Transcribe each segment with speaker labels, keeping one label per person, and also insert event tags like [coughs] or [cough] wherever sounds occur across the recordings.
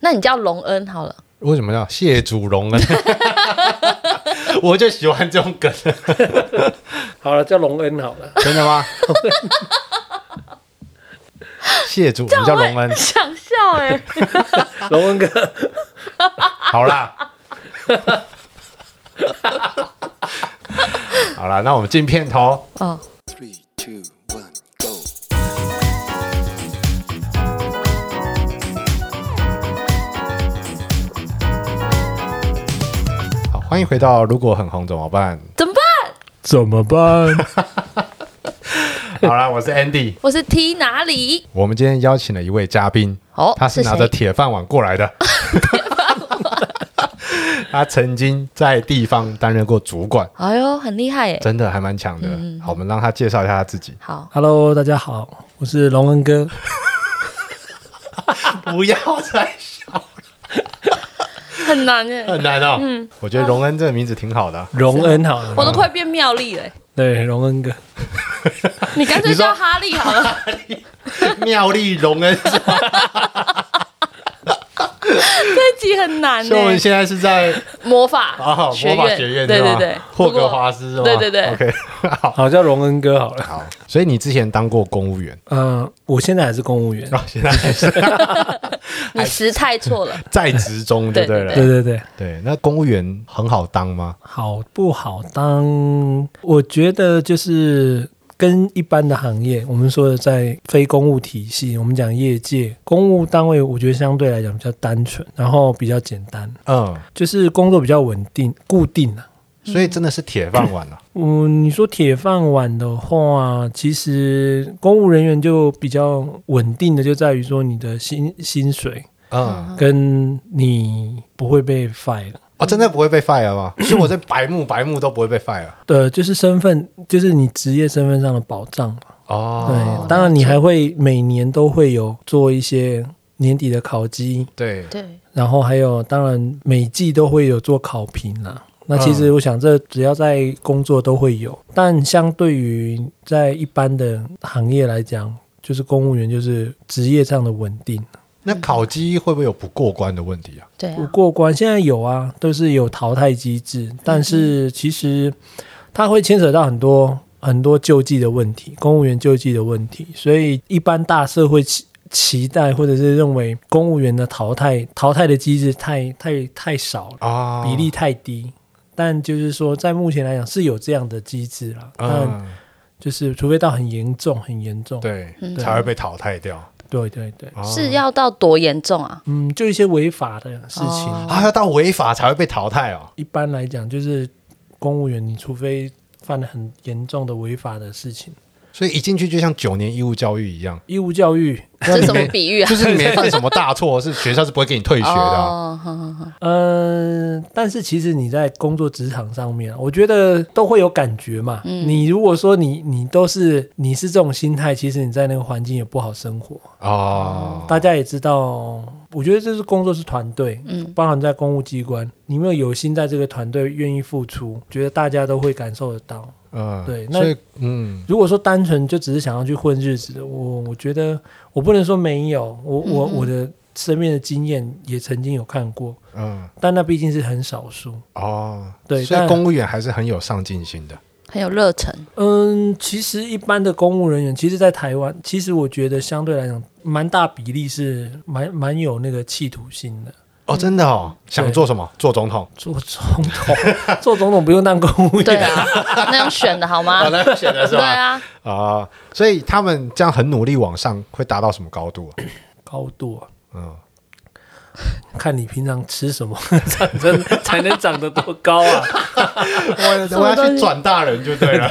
Speaker 1: 那你叫隆恩好了。
Speaker 2: 为什么叫谢主隆恩？我就喜欢这种梗，
Speaker 3: 好了，叫隆恩好了。
Speaker 2: 真的吗？谢主，我们叫隆恩。
Speaker 1: [laughs] 想笑哎、
Speaker 3: 隆恩哥，
Speaker 2: 好啦，好啦，那我们进片头。
Speaker 1: [laughs] 哦，
Speaker 4: Three, two, one, go.
Speaker 2: 好，欢迎回到《如果很红怎么办
Speaker 1: 怎么办？
Speaker 3: 怎么办？》。
Speaker 2: 好啦，我是 Andy。
Speaker 1: 我是 T 哪里？
Speaker 2: 我们今天邀请了一位嘉宾，
Speaker 1: 哦
Speaker 2: 他是
Speaker 1: 是
Speaker 2: 拿着
Speaker 1: 谁
Speaker 2: 铁饭碗过来的。 [laughs] 他曾经在地方担任过主管，
Speaker 1: 哎呦，很厉害哎、
Speaker 2: 真的还蛮强的。
Speaker 1: 嗯
Speaker 2: 好，我们让他介绍一下他自己。
Speaker 1: 好，
Speaker 3: Hello，大家好，我是隆恩哥。
Speaker 2: [laughs] 不要再笑，
Speaker 1: 很难哎、
Speaker 2: 很难哦。嗯，我觉得荣恩这个名字挺好的。
Speaker 3: 荣恩好了，
Speaker 1: 我都快变妙丽了欸、
Speaker 3: 对荣恩哥，
Speaker 1: 你干脆叫哈利好了，
Speaker 2: [laughs] 妙丽荣
Speaker 1: [laughs]
Speaker 2: 恩，
Speaker 1: 这集很难
Speaker 2: 秀
Speaker 1: 哎、
Speaker 2: 文现在是在
Speaker 1: 魔法
Speaker 2: 啊魔
Speaker 1: 学
Speaker 2: 法学院
Speaker 1: 对
Speaker 2: 是吧
Speaker 1: 对对，
Speaker 2: 霍格华兹是吧？
Speaker 1: 对对对
Speaker 2: ，OK，好
Speaker 3: 好叫荣恩哥好了。
Speaker 2: 好。所以你之前当过公务 [laughs] 员，
Speaker 3: 嗯、我现在还是公务员。
Speaker 2: 然后现在还是
Speaker 1: 你时态错了，
Speaker 2: 在职中，对不对了？
Speaker 3: 对对对，
Speaker 2: 对，那公务员很好当吗？
Speaker 3: 好不好当？我觉得就是跟一般的行业，我们说的在非公务体系，我们讲业界公务单位，我觉得相对来讲比较单纯，然后比较简单，
Speaker 2: 嗯，
Speaker 3: 就是工作比较稳定、固定啊。
Speaker 2: 所以真的是铁饭碗啊。
Speaker 3: 嗯，你说铁饭碗的话，其实公务人员就比较稳定的，就在于说你的薪薪水
Speaker 2: 嗯，
Speaker 3: 跟你不会被 fire。
Speaker 2: 哦，真的不会被 fire 吗？ [coughs] 是我这白目白目都不会被 fire
Speaker 3: 呃，就是身份，就是你职业身份上的保障嘛。
Speaker 2: 哦
Speaker 3: 对，。当然你还会每年都会有做一些年底的考绩，
Speaker 2: 对
Speaker 1: [laughs] 对，
Speaker 3: 然后还有当然每季都会有做考评啦。那其实我想，这只要在工作都会有，但相对于在一般的行业来讲，就是公务员就是职业上的稳定。
Speaker 2: 那烤鸡会不会有不过关的问题啊？
Speaker 1: 对
Speaker 3: 不
Speaker 1: 啊，
Speaker 3: 过关现在有啊，都是有淘汰机制，但是其实它会牵扯到很多很多救济的问题，公务员救济的问题，所以一般大社会期期待或者是认为公务员的淘汰淘汰的机制太太太少了，
Speaker 2: 啊，
Speaker 3: 比例太低。但就是说，在目前来讲是有这样的机制啦，但
Speaker 2: 嗯，
Speaker 3: 就是除非到很严重、很严重，
Speaker 2: 对，啊
Speaker 1: 嗯
Speaker 2: 才会被淘汰掉。
Speaker 3: 对对对，
Speaker 2: 哦
Speaker 1: 是要到多严重啊？
Speaker 3: 嗯，就一些违法的事情，
Speaker 1: 哦
Speaker 2: 啊，要到违法才会被淘汰哦。
Speaker 3: 一般来讲，就是公务员，你除非犯了很严重的违法的事情，
Speaker 2: 所以一进去就像九年义务教育一 [laughs] 样，
Speaker 3: 义务教育，
Speaker 1: 这是什么比喻啊？
Speaker 2: 就是你没犯什么大错，是学校是不会给你退学的啊。
Speaker 1: 哦，好好好，
Speaker 3: 嗯、但是其实你在工作职场上面，我觉得都会有感觉嘛。你如果说你你都是你是这种心态，其实你在那个环境也不好生活。
Speaker 2: 哦，
Speaker 3: 大家也知道，我觉得这是工作是团队，
Speaker 1: 嗯
Speaker 3: 包含在公务机关，你没有有心在这个团队愿意付出，觉得大家都会感受得到。
Speaker 2: 嗯，
Speaker 3: 对那
Speaker 2: 所以嗯，
Speaker 3: 如果说单纯就只是想要去混日子，我我觉得我不能说没有，我我我的身边的经验也曾经有看过，
Speaker 2: 嗯，
Speaker 3: 但那毕竟是很少数。
Speaker 2: 哦，
Speaker 3: 对
Speaker 2: 所以
Speaker 3: 但
Speaker 2: 公务员还是很有上进心的。
Speaker 1: 很有热
Speaker 2: [laughs]
Speaker 1: 忱，
Speaker 3: 嗯，其实一般的公务人员，其实，在台湾，其实我觉得相对来讲，蛮大比例是蛮蛮有那个企图心的。
Speaker 2: 哦，真的哦，想
Speaker 3: 对
Speaker 2: 做什么？做总统。
Speaker 3: 做总统， [laughs] 做总统不用当公务员，
Speaker 1: 对啊，那样选的好
Speaker 2: [laughs]
Speaker 1: 吗？
Speaker 2: 好的，哦选的是
Speaker 1: 对
Speaker 2: 吧？
Speaker 1: 啊，
Speaker 2: 啊、所以他们这样很努力往上，会达到什么高度、啊？
Speaker 3: 高度、啊。
Speaker 2: 嗯，
Speaker 3: 看你平常吃什么， [laughs] 长成才能长得多高啊！
Speaker 2: [laughs] [laughs] 我
Speaker 1: 么
Speaker 2: 我要
Speaker 1: 东
Speaker 2: 去
Speaker 1: 西
Speaker 2: 转大人就对了。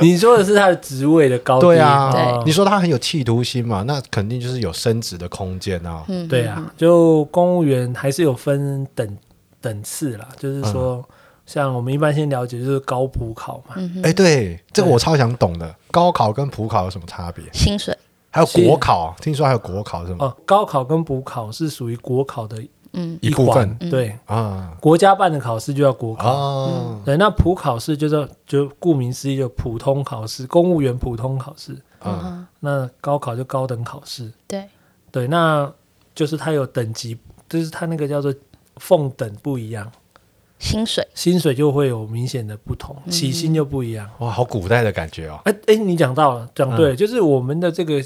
Speaker 3: 你说的是他的职位的高低，
Speaker 2: 对啊，
Speaker 1: 对
Speaker 2: 你说他很有企图心嘛，那肯定就是有升值的空间啊。
Speaker 1: 嗯，
Speaker 3: 对啊，就公务员还是有分等等次啦，就是说，
Speaker 2: 嗯
Speaker 3: 像我们一般先了解就是高普考嘛，
Speaker 1: 嗯哼，
Speaker 2: 哎、对，这个我超想懂的。高考跟普考有什么差别？
Speaker 1: 薪水，
Speaker 2: 还有
Speaker 3: 是
Speaker 2: 国考，啊听说还有国考是吗？
Speaker 3: 哦，高考跟补考是属于国考的
Speaker 1: 嗯，
Speaker 2: 一
Speaker 3: 一
Speaker 2: 部分
Speaker 3: 环对，
Speaker 2: 啊
Speaker 3: 国家办的考试就叫国考。嗯
Speaker 2: 啊
Speaker 3: 对，那普考试就是就顾名思义，就普通考试，公务员普通考试。
Speaker 1: 嗯
Speaker 2: 啊！
Speaker 1: 哼，
Speaker 3: 那高考就高等考试。
Speaker 1: 对，
Speaker 3: 对，那就是它有等级就是它那个叫做俸等不一样，
Speaker 1: 薪水
Speaker 3: 薪水就会有明显的不同，起
Speaker 1: 嗯
Speaker 3: 薪就不一样。
Speaker 2: 哇，好古代的感觉哦，
Speaker 3: 哎、哎、你讲到了，讲对了，就是我们的这个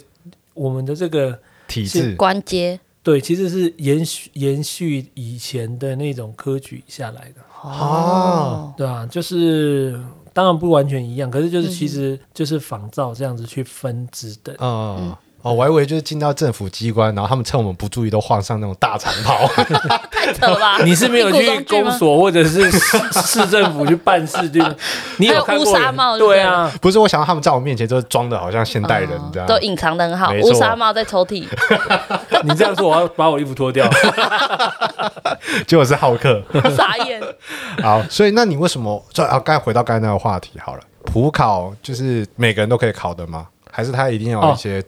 Speaker 3: 我们的这个
Speaker 2: 体制
Speaker 1: 关节
Speaker 3: 对，其实是延续延续以前的那种科举下来的，
Speaker 1: [laughs] 哦，
Speaker 3: 对啊，就是当然不完全一样，可是
Speaker 1: 嗯
Speaker 3: 就是其实就是仿照这样子去分职等。
Speaker 2: 嗯。哦，我还以为就是进到政府机关，然后他们趁我们不注意都换上那种大长袍， [laughs]
Speaker 1: 太扯了吧？
Speaker 3: 你是没有
Speaker 1: [laughs] 屁股
Speaker 3: 去
Speaker 1: 工具
Speaker 3: 公
Speaker 1: 吗
Speaker 3: 所或者是市 [laughs] 市政府去办事，
Speaker 1: [laughs]
Speaker 3: 对吗？你
Speaker 1: 还有
Speaker 3: 看
Speaker 1: 乌
Speaker 3: 过
Speaker 1: 纱
Speaker 3: 人
Speaker 1: 帽就
Speaker 3: 对
Speaker 1: 对了
Speaker 3: 啊，
Speaker 2: 不是我想要他们在我面前就是装的好像现代人
Speaker 1: 哦
Speaker 2: 这样，
Speaker 1: 都隐藏的很好，
Speaker 2: 没错
Speaker 1: 乌纱帽在抽屉， [laughs]
Speaker 3: [laughs] 你这样说，我要把我衣服脱掉。
Speaker 2: 结果是好客。
Speaker 1: 傻眼。
Speaker 2: 好，所以那你为什么？这啊，刚才回到刚才那个话题好了，普考就是每个人都可以考的吗？还是他一定要有一些？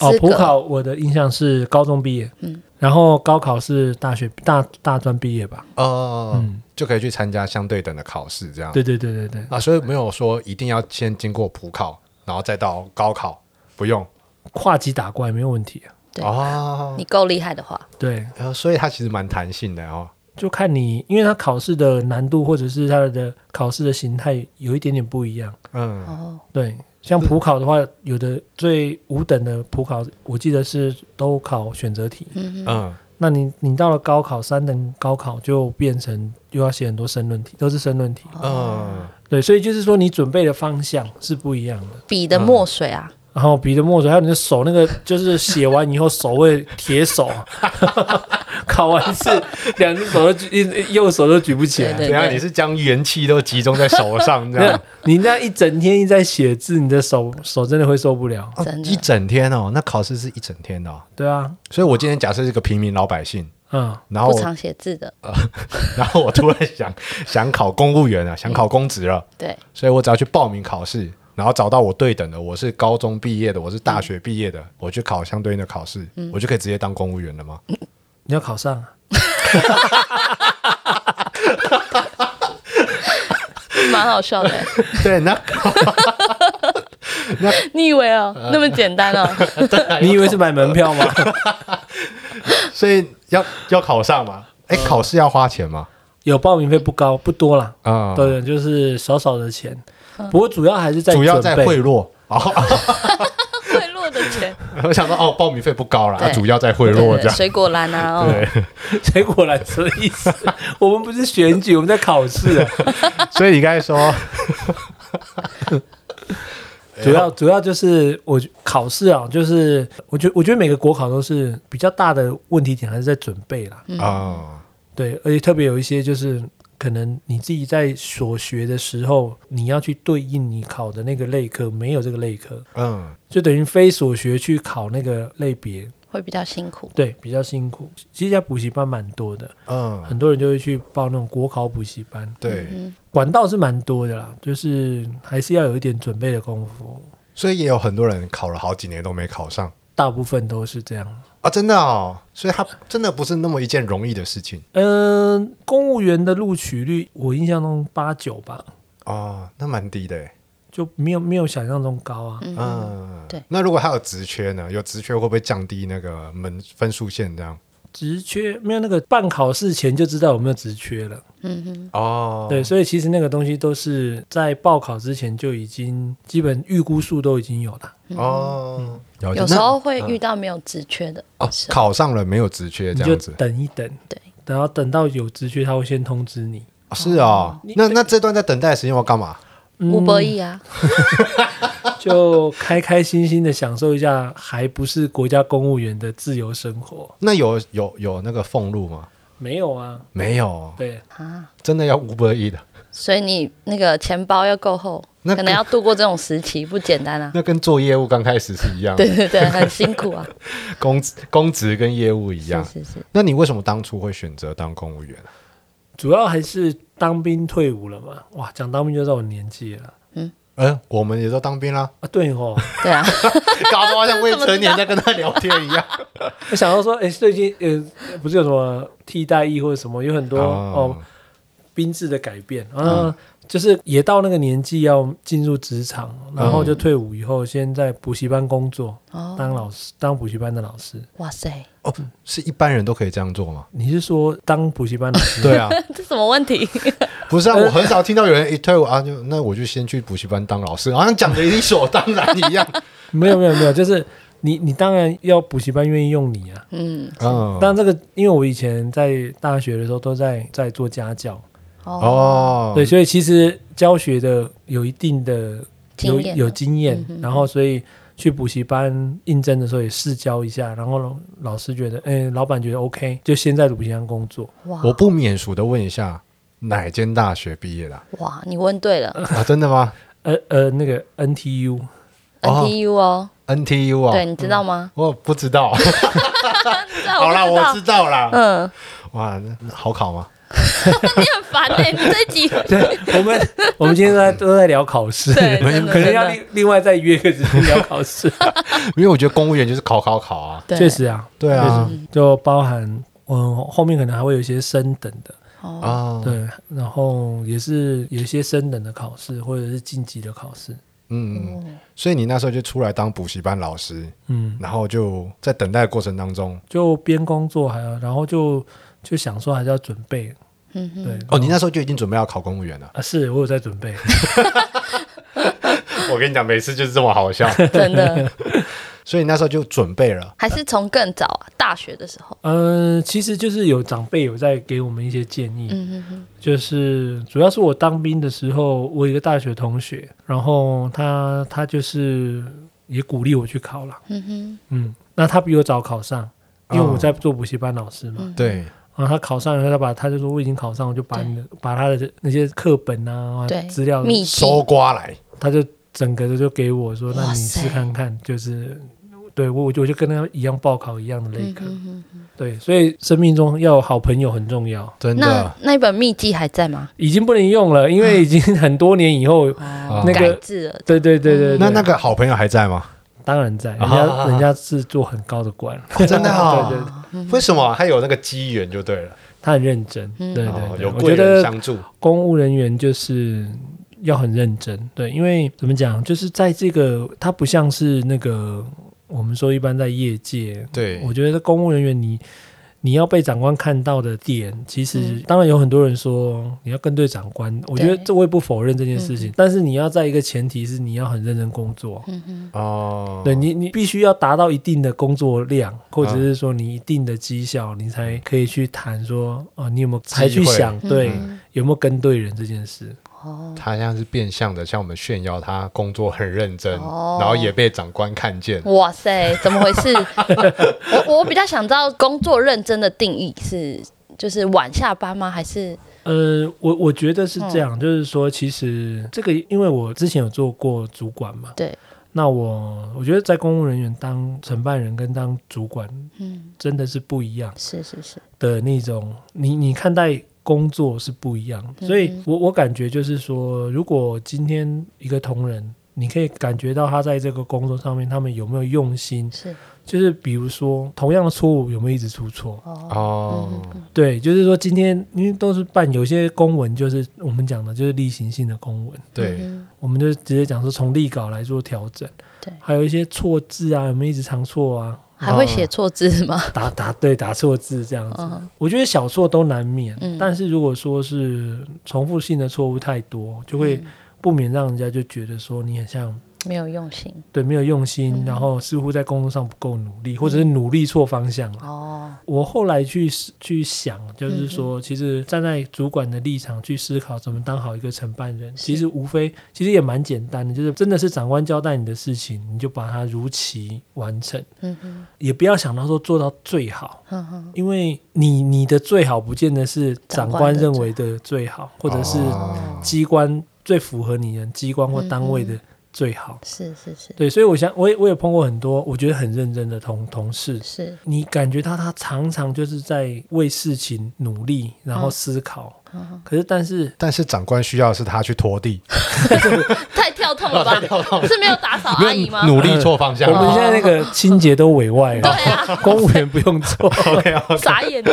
Speaker 3: 哦
Speaker 1: 资，格
Speaker 3: 普考我的印象是高中毕业，嗯，然后高考是大学大大专毕业吧？
Speaker 2: 哦，
Speaker 3: 嗯
Speaker 2: 就可以去参加相对等的考试，这样
Speaker 3: 对对对对对，
Speaker 2: 啊，所以没有说一定要先经过普考，然后再到高考，不用
Speaker 3: 跨级打怪没有问题啊。
Speaker 1: 对
Speaker 2: 哦
Speaker 1: 你够厉害的话，
Speaker 3: 对，
Speaker 2: 呃所以它其实蛮弹性的哦。
Speaker 3: 就看你，因为他考试的难度或者是他的考试的形态有一点点不一样。
Speaker 2: 嗯，
Speaker 1: 哦，
Speaker 3: 对，像普考的话，有的最五等的普考，我记得是都考选择题。
Speaker 1: 嗯哼，
Speaker 2: 嗯，
Speaker 3: 那你你到了高考三等高考就变成又要写很多申论题，都是申论
Speaker 1: 哦
Speaker 3: 题。
Speaker 2: 嗯，
Speaker 3: 对，所以就是说你准备的方向是不一样的。
Speaker 1: 笔的墨水啊，
Speaker 3: 然后笔的墨水，还有你的手那个，就是写完以后手会铁手，啊 [laughs] 考完试两只手都举一右手都举不起来。
Speaker 1: 对对
Speaker 2: 等一下你是将元气都集中在手上这
Speaker 1: [laughs]
Speaker 3: 没有
Speaker 2: 样
Speaker 3: 你那一整天一直在写字，你的手手真的会受不了。
Speaker 2: 哦
Speaker 1: 真的
Speaker 2: 一整天哦，那考试是一整天的哦。
Speaker 3: 对啊，
Speaker 2: 所以我今天假设是一个平民老百姓，
Speaker 3: 嗯，
Speaker 2: 然后
Speaker 1: 不
Speaker 2: 我
Speaker 1: 常写字的，
Speaker 2: 然后我突然想想考公务员啊，想考公职了，
Speaker 1: 对，
Speaker 2: 所以我只要去报名考试，然后找到我对等的，我是高中毕业的，我是大学毕业的，我去考相对应的考试，
Speaker 1: 嗯
Speaker 2: 我就可以直接当公务员了吗？
Speaker 3: 你要考上啊，
Speaker 1: 蛮好笑
Speaker 2: [laughs]
Speaker 1: 的。
Speaker 2: [laughs]
Speaker 1: [laughs]
Speaker 2: 对，那
Speaker 1: 你以为哦，
Speaker 2: 嗯
Speaker 1: 那么简单
Speaker 2: [laughs]
Speaker 1: 哦？
Speaker 2: 哎
Speaker 3: 你以为是买门票吗？ [laughs]
Speaker 2: 所以要要考上嘛？
Speaker 1: 嗯
Speaker 2: 哎，考试要花钱吗？
Speaker 3: 有报名费不高，不多啦。
Speaker 2: 啊、
Speaker 3: 对，就是少少的钱，不过主要还是在
Speaker 2: 主要在
Speaker 3: 准备
Speaker 2: 贿赂。哦， [laughs]
Speaker 1: 贿赂的钱，
Speaker 2: 我想说，哦，报名费不高啦，
Speaker 1: 对
Speaker 2: 主要在贿
Speaker 1: 对
Speaker 2: 赂
Speaker 1: 对
Speaker 2: 这
Speaker 1: 对，
Speaker 2: 样。
Speaker 1: 水果篮啊，哦，
Speaker 2: 对，
Speaker 3: 结果来什么意思？ [laughs] 我们不是选举，我们在考试啊。
Speaker 2: [laughs] 所以你刚才说，
Speaker 3: 主要主要就是我觉考试啊，就是我觉我觉得每个国考都是比较大的问题点，还是在准备啦。
Speaker 1: 嗯
Speaker 2: 哦，
Speaker 3: 对，而且特别有一些就是可能你自己在所学的时候，你要去对应你考的那个类科，没有这个类科，
Speaker 2: 嗯，
Speaker 3: 就等于非所学去考那个类别，
Speaker 1: 会比较辛苦。
Speaker 3: 对，比较辛苦。其实现在补习班蛮多的，
Speaker 2: 嗯，
Speaker 3: 很多人就会去报那种国考补习班，
Speaker 2: 对，
Speaker 1: 嗯
Speaker 3: 管道是蛮多的啦，就是还是要有一点准备的功夫，
Speaker 2: 所以也有很多人考了好几年都没考上
Speaker 3: 大部分都是这样。
Speaker 2: 啊，真的哦，所以他真的不是那么一件容易的事情
Speaker 3: 嗯，公务员的录取率，我印象中八九吧，
Speaker 2: 哦，那蛮低的欸，
Speaker 3: 就没有没有想象中高啊。
Speaker 2: 嗯，
Speaker 1: 对
Speaker 2: 那如果他有职缺呢？有职缺会不会降低那个门分数线这样？
Speaker 3: 职缺没有那个办考试前就知道有没有职缺了，
Speaker 1: 嗯哼，
Speaker 2: 哦，
Speaker 3: 对，，所以其实那个东西都是在报考之前就已经基本预估数都已经有了。
Speaker 2: 哦，了
Speaker 1: 嗯
Speaker 2: 解
Speaker 1: 有时候
Speaker 2: 那
Speaker 1: 会遇到没有职缺的
Speaker 2: 哦，
Speaker 1: 时候，
Speaker 2: 考上了没有职缺
Speaker 3: 你
Speaker 2: 这
Speaker 3: 就
Speaker 2: 样子，
Speaker 3: 等一等，
Speaker 1: 对，
Speaker 3: 然后等到有职缺，他会先通知你。
Speaker 2: 哦是哦，那那这段在等待的时间我要干嘛？
Speaker 1: 五百亿啊，
Speaker 3: 嗯就开开心心的享受一下，还不是国家公务员的自由生活。
Speaker 2: 那有有有那个俸禄吗？
Speaker 3: 没有啊，
Speaker 2: 没有，
Speaker 3: 对，
Speaker 1: 啊
Speaker 2: 真的要五百亿的，
Speaker 1: 所以你那个钱包要够厚，
Speaker 2: 那
Speaker 1: 可能要度过这种时期，不简单啊。
Speaker 2: 那跟做业务刚开始是一样，
Speaker 1: 对，对对，很辛苦啊。
Speaker 2: 公公职跟业务一
Speaker 1: 是
Speaker 2: 样。
Speaker 1: 是是，
Speaker 2: 那你为什么当初会选择当公务员？啊
Speaker 3: 主要还是当兵退伍了嘛。哇，讲当兵就到我年纪了
Speaker 2: 嗯，我们也都当兵啦，
Speaker 3: 啊。对哦，
Speaker 1: 对啊，
Speaker 2: 搞得好像未成年在跟他聊天一样。
Speaker 3: 我想到说，哎、最近呃，不是有什么替代役或者什么，有很多哦兵制的改变啊。就是也到那个年纪要进入职场，然后就退伍以后，先在补习班工作，
Speaker 1: 哦，
Speaker 3: 当老师，当补习班的老师。
Speaker 1: 哇塞，
Speaker 2: [laughs] 哦，是一般人都可以这样做吗？
Speaker 3: 你是说当补习班老师？ [laughs]
Speaker 2: [laughs] 对啊，
Speaker 1: 这什么问题？
Speaker 2: 不是啊，我很少听到有人一退伍啊，就那我就先去补习班当老师，好像讲的理所当然一 [laughs] 样。
Speaker 3: 没有没有没有，就是你你当然要补习班愿意用你啊。
Speaker 1: 嗯，
Speaker 2: 嗯，
Speaker 3: 但这个因为我以前在大学的时候都在在做家教，
Speaker 1: 哦，
Speaker 2: 哦，
Speaker 3: 对，所以其实教学的有一定的有
Speaker 1: 经验
Speaker 3: 有经验
Speaker 1: 嗯，哼
Speaker 3: 然后所以去补习班应征的时候也试教一下，然后老老师觉得，哎、老板觉得 OK，就先在补习班工作。
Speaker 1: 哇
Speaker 2: 我不免俗的问一下，哪间大学毕业的啊
Speaker 1: 哇，你问对了
Speaker 2: 啊？真的 [laughs] 吗
Speaker 3: 呃呃，那个 [laughs] NTU，
Speaker 2: 哦
Speaker 1: ，NTU 哦，
Speaker 2: ？NTU 啊？
Speaker 1: 对，你知道吗？
Speaker 2: [laughs] 我不知道。 [laughs] 好
Speaker 1: 好
Speaker 2: 啦，我知道啦。
Speaker 1: 嗯，
Speaker 2: 哇，那好考吗？
Speaker 1: 你很烦哎，你这集
Speaker 3: 我们我们今天都在都在聊考试， [laughs]
Speaker 1: 对
Speaker 3: 可能
Speaker 1: 真的
Speaker 3: 可能要
Speaker 1: 真的
Speaker 3: 另另外再约个时间聊考试。
Speaker 2: 因为我觉得公务员就是考考考啊。
Speaker 1: [laughs] 对
Speaker 3: 确实啊，
Speaker 2: 对啊，
Speaker 3: 就包含嗯后面可能还会有一些升等的，
Speaker 1: 哦，
Speaker 2: 啊，
Speaker 3: 对，然后也是有一些升等的考试或者是晋级的考试，
Speaker 2: 嗯，嗯所以你那时候就出来当补习班老师，
Speaker 3: 嗯，
Speaker 2: 然后就在等待的过程当中，
Speaker 3: 就边工作还要，然后就就想说还是要准备，
Speaker 1: 嗯哼，
Speaker 3: 对，
Speaker 2: 哦，你那时候就已经准备要考公务员了。
Speaker 3: 啊是我有在准备， [laughs]
Speaker 2: 我跟你讲，每次就是这么好笑。
Speaker 1: 真的，
Speaker 2: [laughs] 所以你那时候就准备了。
Speaker 1: 还是从更早啊，大学的时候，
Speaker 3: 嗯，其实就是有长辈有在给我们一些建议，
Speaker 1: 嗯哼哼，
Speaker 3: 就是主要是我当兵的时候，我有一个大学同学，然后他他就是也鼓励我去考了，
Speaker 1: 嗯哼，
Speaker 3: 嗯，那他比我早考上，因为我在做补习班老师嘛，
Speaker 1: 嗯
Speaker 2: 对，
Speaker 3: 然后他考上以后，他把他就说我已经考上，我就把你的把他的那些课本啊
Speaker 1: 对
Speaker 3: 资料，
Speaker 1: 秘籍，
Speaker 2: 搜刮来。
Speaker 3: 他就整个的就给我说，那
Speaker 1: 哇
Speaker 3: 你
Speaker 1: 塞
Speaker 3: 试看看，就是对我我就我就跟他一样报考一样的类
Speaker 1: 嗯
Speaker 3: 科，
Speaker 1: 哼哼哼
Speaker 3: 对，所以生命中要有好朋友很重要。
Speaker 2: 真
Speaker 1: 那
Speaker 2: 的
Speaker 1: 那本秘籍还在吗？
Speaker 3: 已经不能用了，因为已经很多年以
Speaker 1: [laughs]
Speaker 3: 后，
Speaker 1: 哦
Speaker 3: 那
Speaker 1: 改
Speaker 3: 个
Speaker 1: 制了，
Speaker 3: 对对对对对，
Speaker 2: 那那个好朋友还在吗？
Speaker 3: 当然在，人
Speaker 2: 啊
Speaker 3: 家人家是做很高的官， [laughs]
Speaker 2: 哦真的 [laughs] 啊
Speaker 3: 对对对，
Speaker 2: 为什么还有那个机缘就对了？
Speaker 3: 他很认真，
Speaker 1: 嗯
Speaker 3: 对对
Speaker 2: 哦
Speaker 3: 对，
Speaker 2: 有
Speaker 3: 我
Speaker 2: 贵
Speaker 3: 觉
Speaker 2: 人
Speaker 3: 得
Speaker 2: 相助。
Speaker 3: 公务人员就是要很认真，对，因为怎么讲，就是在这个，它不像是那个我们说一般在业界，
Speaker 2: 对
Speaker 3: 我觉得公务人员你你要被长官看到的点，其实、
Speaker 1: 嗯
Speaker 3: 当然有很多人说你要跟对长官，我觉得这我也不否认这件事情，但是你要在一个前提是你要很认真工作。
Speaker 1: 嗯哼，
Speaker 2: 哦，
Speaker 3: 对你，你必须要达到一定的工作量，或
Speaker 2: 嗯
Speaker 3: 者是说你一定的绩效，你才可以去谈说，哦、你有没有才去
Speaker 2: 机会
Speaker 3: 想，对，
Speaker 1: 嗯
Speaker 3: 有没有跟对人这件事。
Speaker 1: 哦，
Speaker 2: 他像是变相的向我们炫耀他工作很认真，
Speaker 1: 哦嗯
Speaker 2: 然后也被长官看见。
Speaker 1: 哇塞，怎么回事？我我比较想知道工作认真的定义是，就是晚下班吗？还是
Speaker 3: 呃，我我觉得是
Speaker 1: 嗯
Speaker 3: 这样，就是说，其实这个，因为我之前有做过主管嘛，
Speaker 1: 对，
Speaker 3: 那我我觉得在公务人员当承办人跟当主管
Speaker 1: 嗯，
Speaker 3: 真的是不一样
Speaker 1: 是是是，
Speaker 3: 的那种，你你看待工作是不一样，所以
Speaker 1: 嗯
Speaker 3: 我我感觉就是说，如果今天一个同仁。你可以感觉到他在这个工作上面，他们有没有用心？
Speaker 1: 是
Speaker 3: 就是比如说，同样的错误有没有一直出错？
Speaker 1: 哦，
Speaker 2: 哦，
Speaker 3: 对，就是说今天因为都是办有些公文，就是我们讲的就是例行性的公文，
Speaker 2: 对，
Speaker 1: 嗯
Speaker 3: 我们就直接讲说从例稿来做调整。
Speaker 1: 对
Speaker 3: 还有一些错字啊，有没有一直常错啊？
Speaker 1: 还会写错字吗？
Speaker 3: 打打对打错字这样子，
Speaker 1: 嗯
Speaker 3: 我觉得小错都难免，
Speaker 1: 嗯
Speaker 3: 但是如果说是重复性的错误太多，就会
Speaker 1: 嗯
Speaker 3: 不免让人家就觉得说你很像
Speaker 1: 没有用心
Speaker 3: 对没有用心，
Speaker 1: 嗯
Speaker 3: 然后似乎在工作上不够努力，或者是努力错方向了。
Speaker 1: 哦，
Speaker 3: 我后来去思去想，
Speaker 1: 嗯
Speaker 3: 就是说，其实站在主管的立场去思考怎么当好一个承办人，
Speaker 1: 是
Speaker 3: 其实无非其实也蛮简单的，就是真的是长官交代你的事情，你就把它如期完成，
Speaker 1: 嗯哼，
Speaker 3: 也不要想到说做到最好，
Speaker 1: 嗯哼，
Speaker 3: 因为你你的最好不见得是
Speaker 1: 长
Speaker 3: 长官
Speaker 1: 官的
Speaker 3: 认为的最好，或者是
Speaker 2: 哦
Speaker 3: 机关最符合你的机关或
Speaker 1: 嗯
Speaker 3: 单位的最好。
Speaker 1: 是是是
Speaker 3: 对，所以我想，我也我也碰过很多我觉得很认真的同同事，
Speaker 1: 是，
Speaker 3: 你感觉到他常常就是在为事情努力，然后
Speaker 1: 嗯
Speaker 3: 思考。
Speaker 1: 嗯哼
Speaker 3: 可是，但是
Speaker 2: 但是长官需要的是他去拖地，
Speaker 1: 太跳痛了吧？是没有打扫阿姨吗？
Speaker 2: [laughs] 努力错方向
Speaker 3: 我。们现在那个清洁都委外
Speaker 1: [laughs] 对
Speaker 3: 了，
Speaker 1: 啊，
Speaker 3: 公务员不用做，
Speaker 1: [laughs]
Speaker 2: OK 啊，
Speaker 1: 傻眼，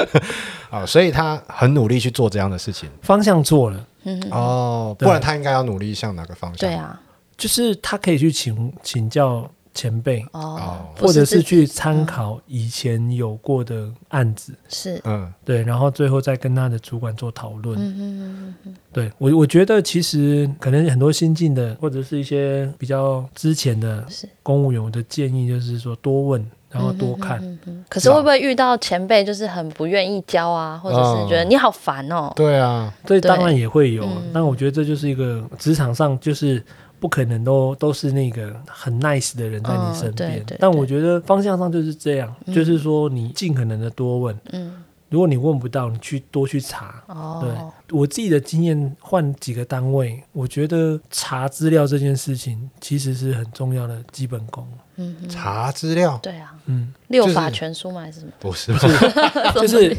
Speaker 2: 好所以他很努力去做这样的事情。
Speaker 3: 方向错了，
Speaker 1: 嗯，
Speaker 2: 哦，
Speaker 3: 对
Speaker 2: 不然他应该要努力向哪个方向？
Speaker 1: 对，啊，
Speaker 3: 就是他可以去请请教前辈，
Speaker 1: 哦
Speaker 2: 哦，
Speaker 1: 不
Speaker 3: 或者
Speaker 1: 自
Speaker 3: 是
Speaker 1: 己嗯
Speaker 3: 去参考以前有过的案子，
Speaker 1: 是，
Speaker 2: 嗯，
Speaker 3: 对，然后最后再跟他的主管做讨论。
Speaker 1: 嗯嗯嗯
Speaker 3: 对我，我觉得其实可能很多新进的，或者是一些比较之前的
Speaker 1: 是
Speaker 3: 公务员，我的建议就是说多问，然后多看。
Speaker 1: 嗯嗯。可是会不会遇到前辈就是很不愿意教啊，或者是觉得
Speaker 2: 哦
Speaker 1: 你好烦哦？
Speaker 2: 对啊，
Speaker 3: 这
Speaker 1: 对
Speaker 3: 当然也会有，
Speaker 1: 嗯
Speaker 3: 但我觉得这就是一个职场上就是不可能都都是那个很 nice 的人在
Speaker 1: 嗯
Speaker 3: 你身边。
Speaker 1: 对对
Speaker 3: 但
Speaker 1: 对
Speaker 3: 我觉得方向上就是这样，就是说你尽可能的多问，
Speaker 1: 嗯，
Speaker 3: 如果你问不到，你去多去查。
Speaker 1: 哦，
Speaker 3: 我自己的经验，换几个单位，我觉得查资料这件事情其实是很重要的基本功。
Speaker 1: 嗯嗯，
Speaker 2: 查资料
Speaker 1: 对啊， [laughs]
Speaker 3: 嗯，
Speaker 1: 六
Speaker 2: 就是
Speaker 1: 法全书嘛还是什么？
Speaker 2: 不是吧？
Speaker 3: 就是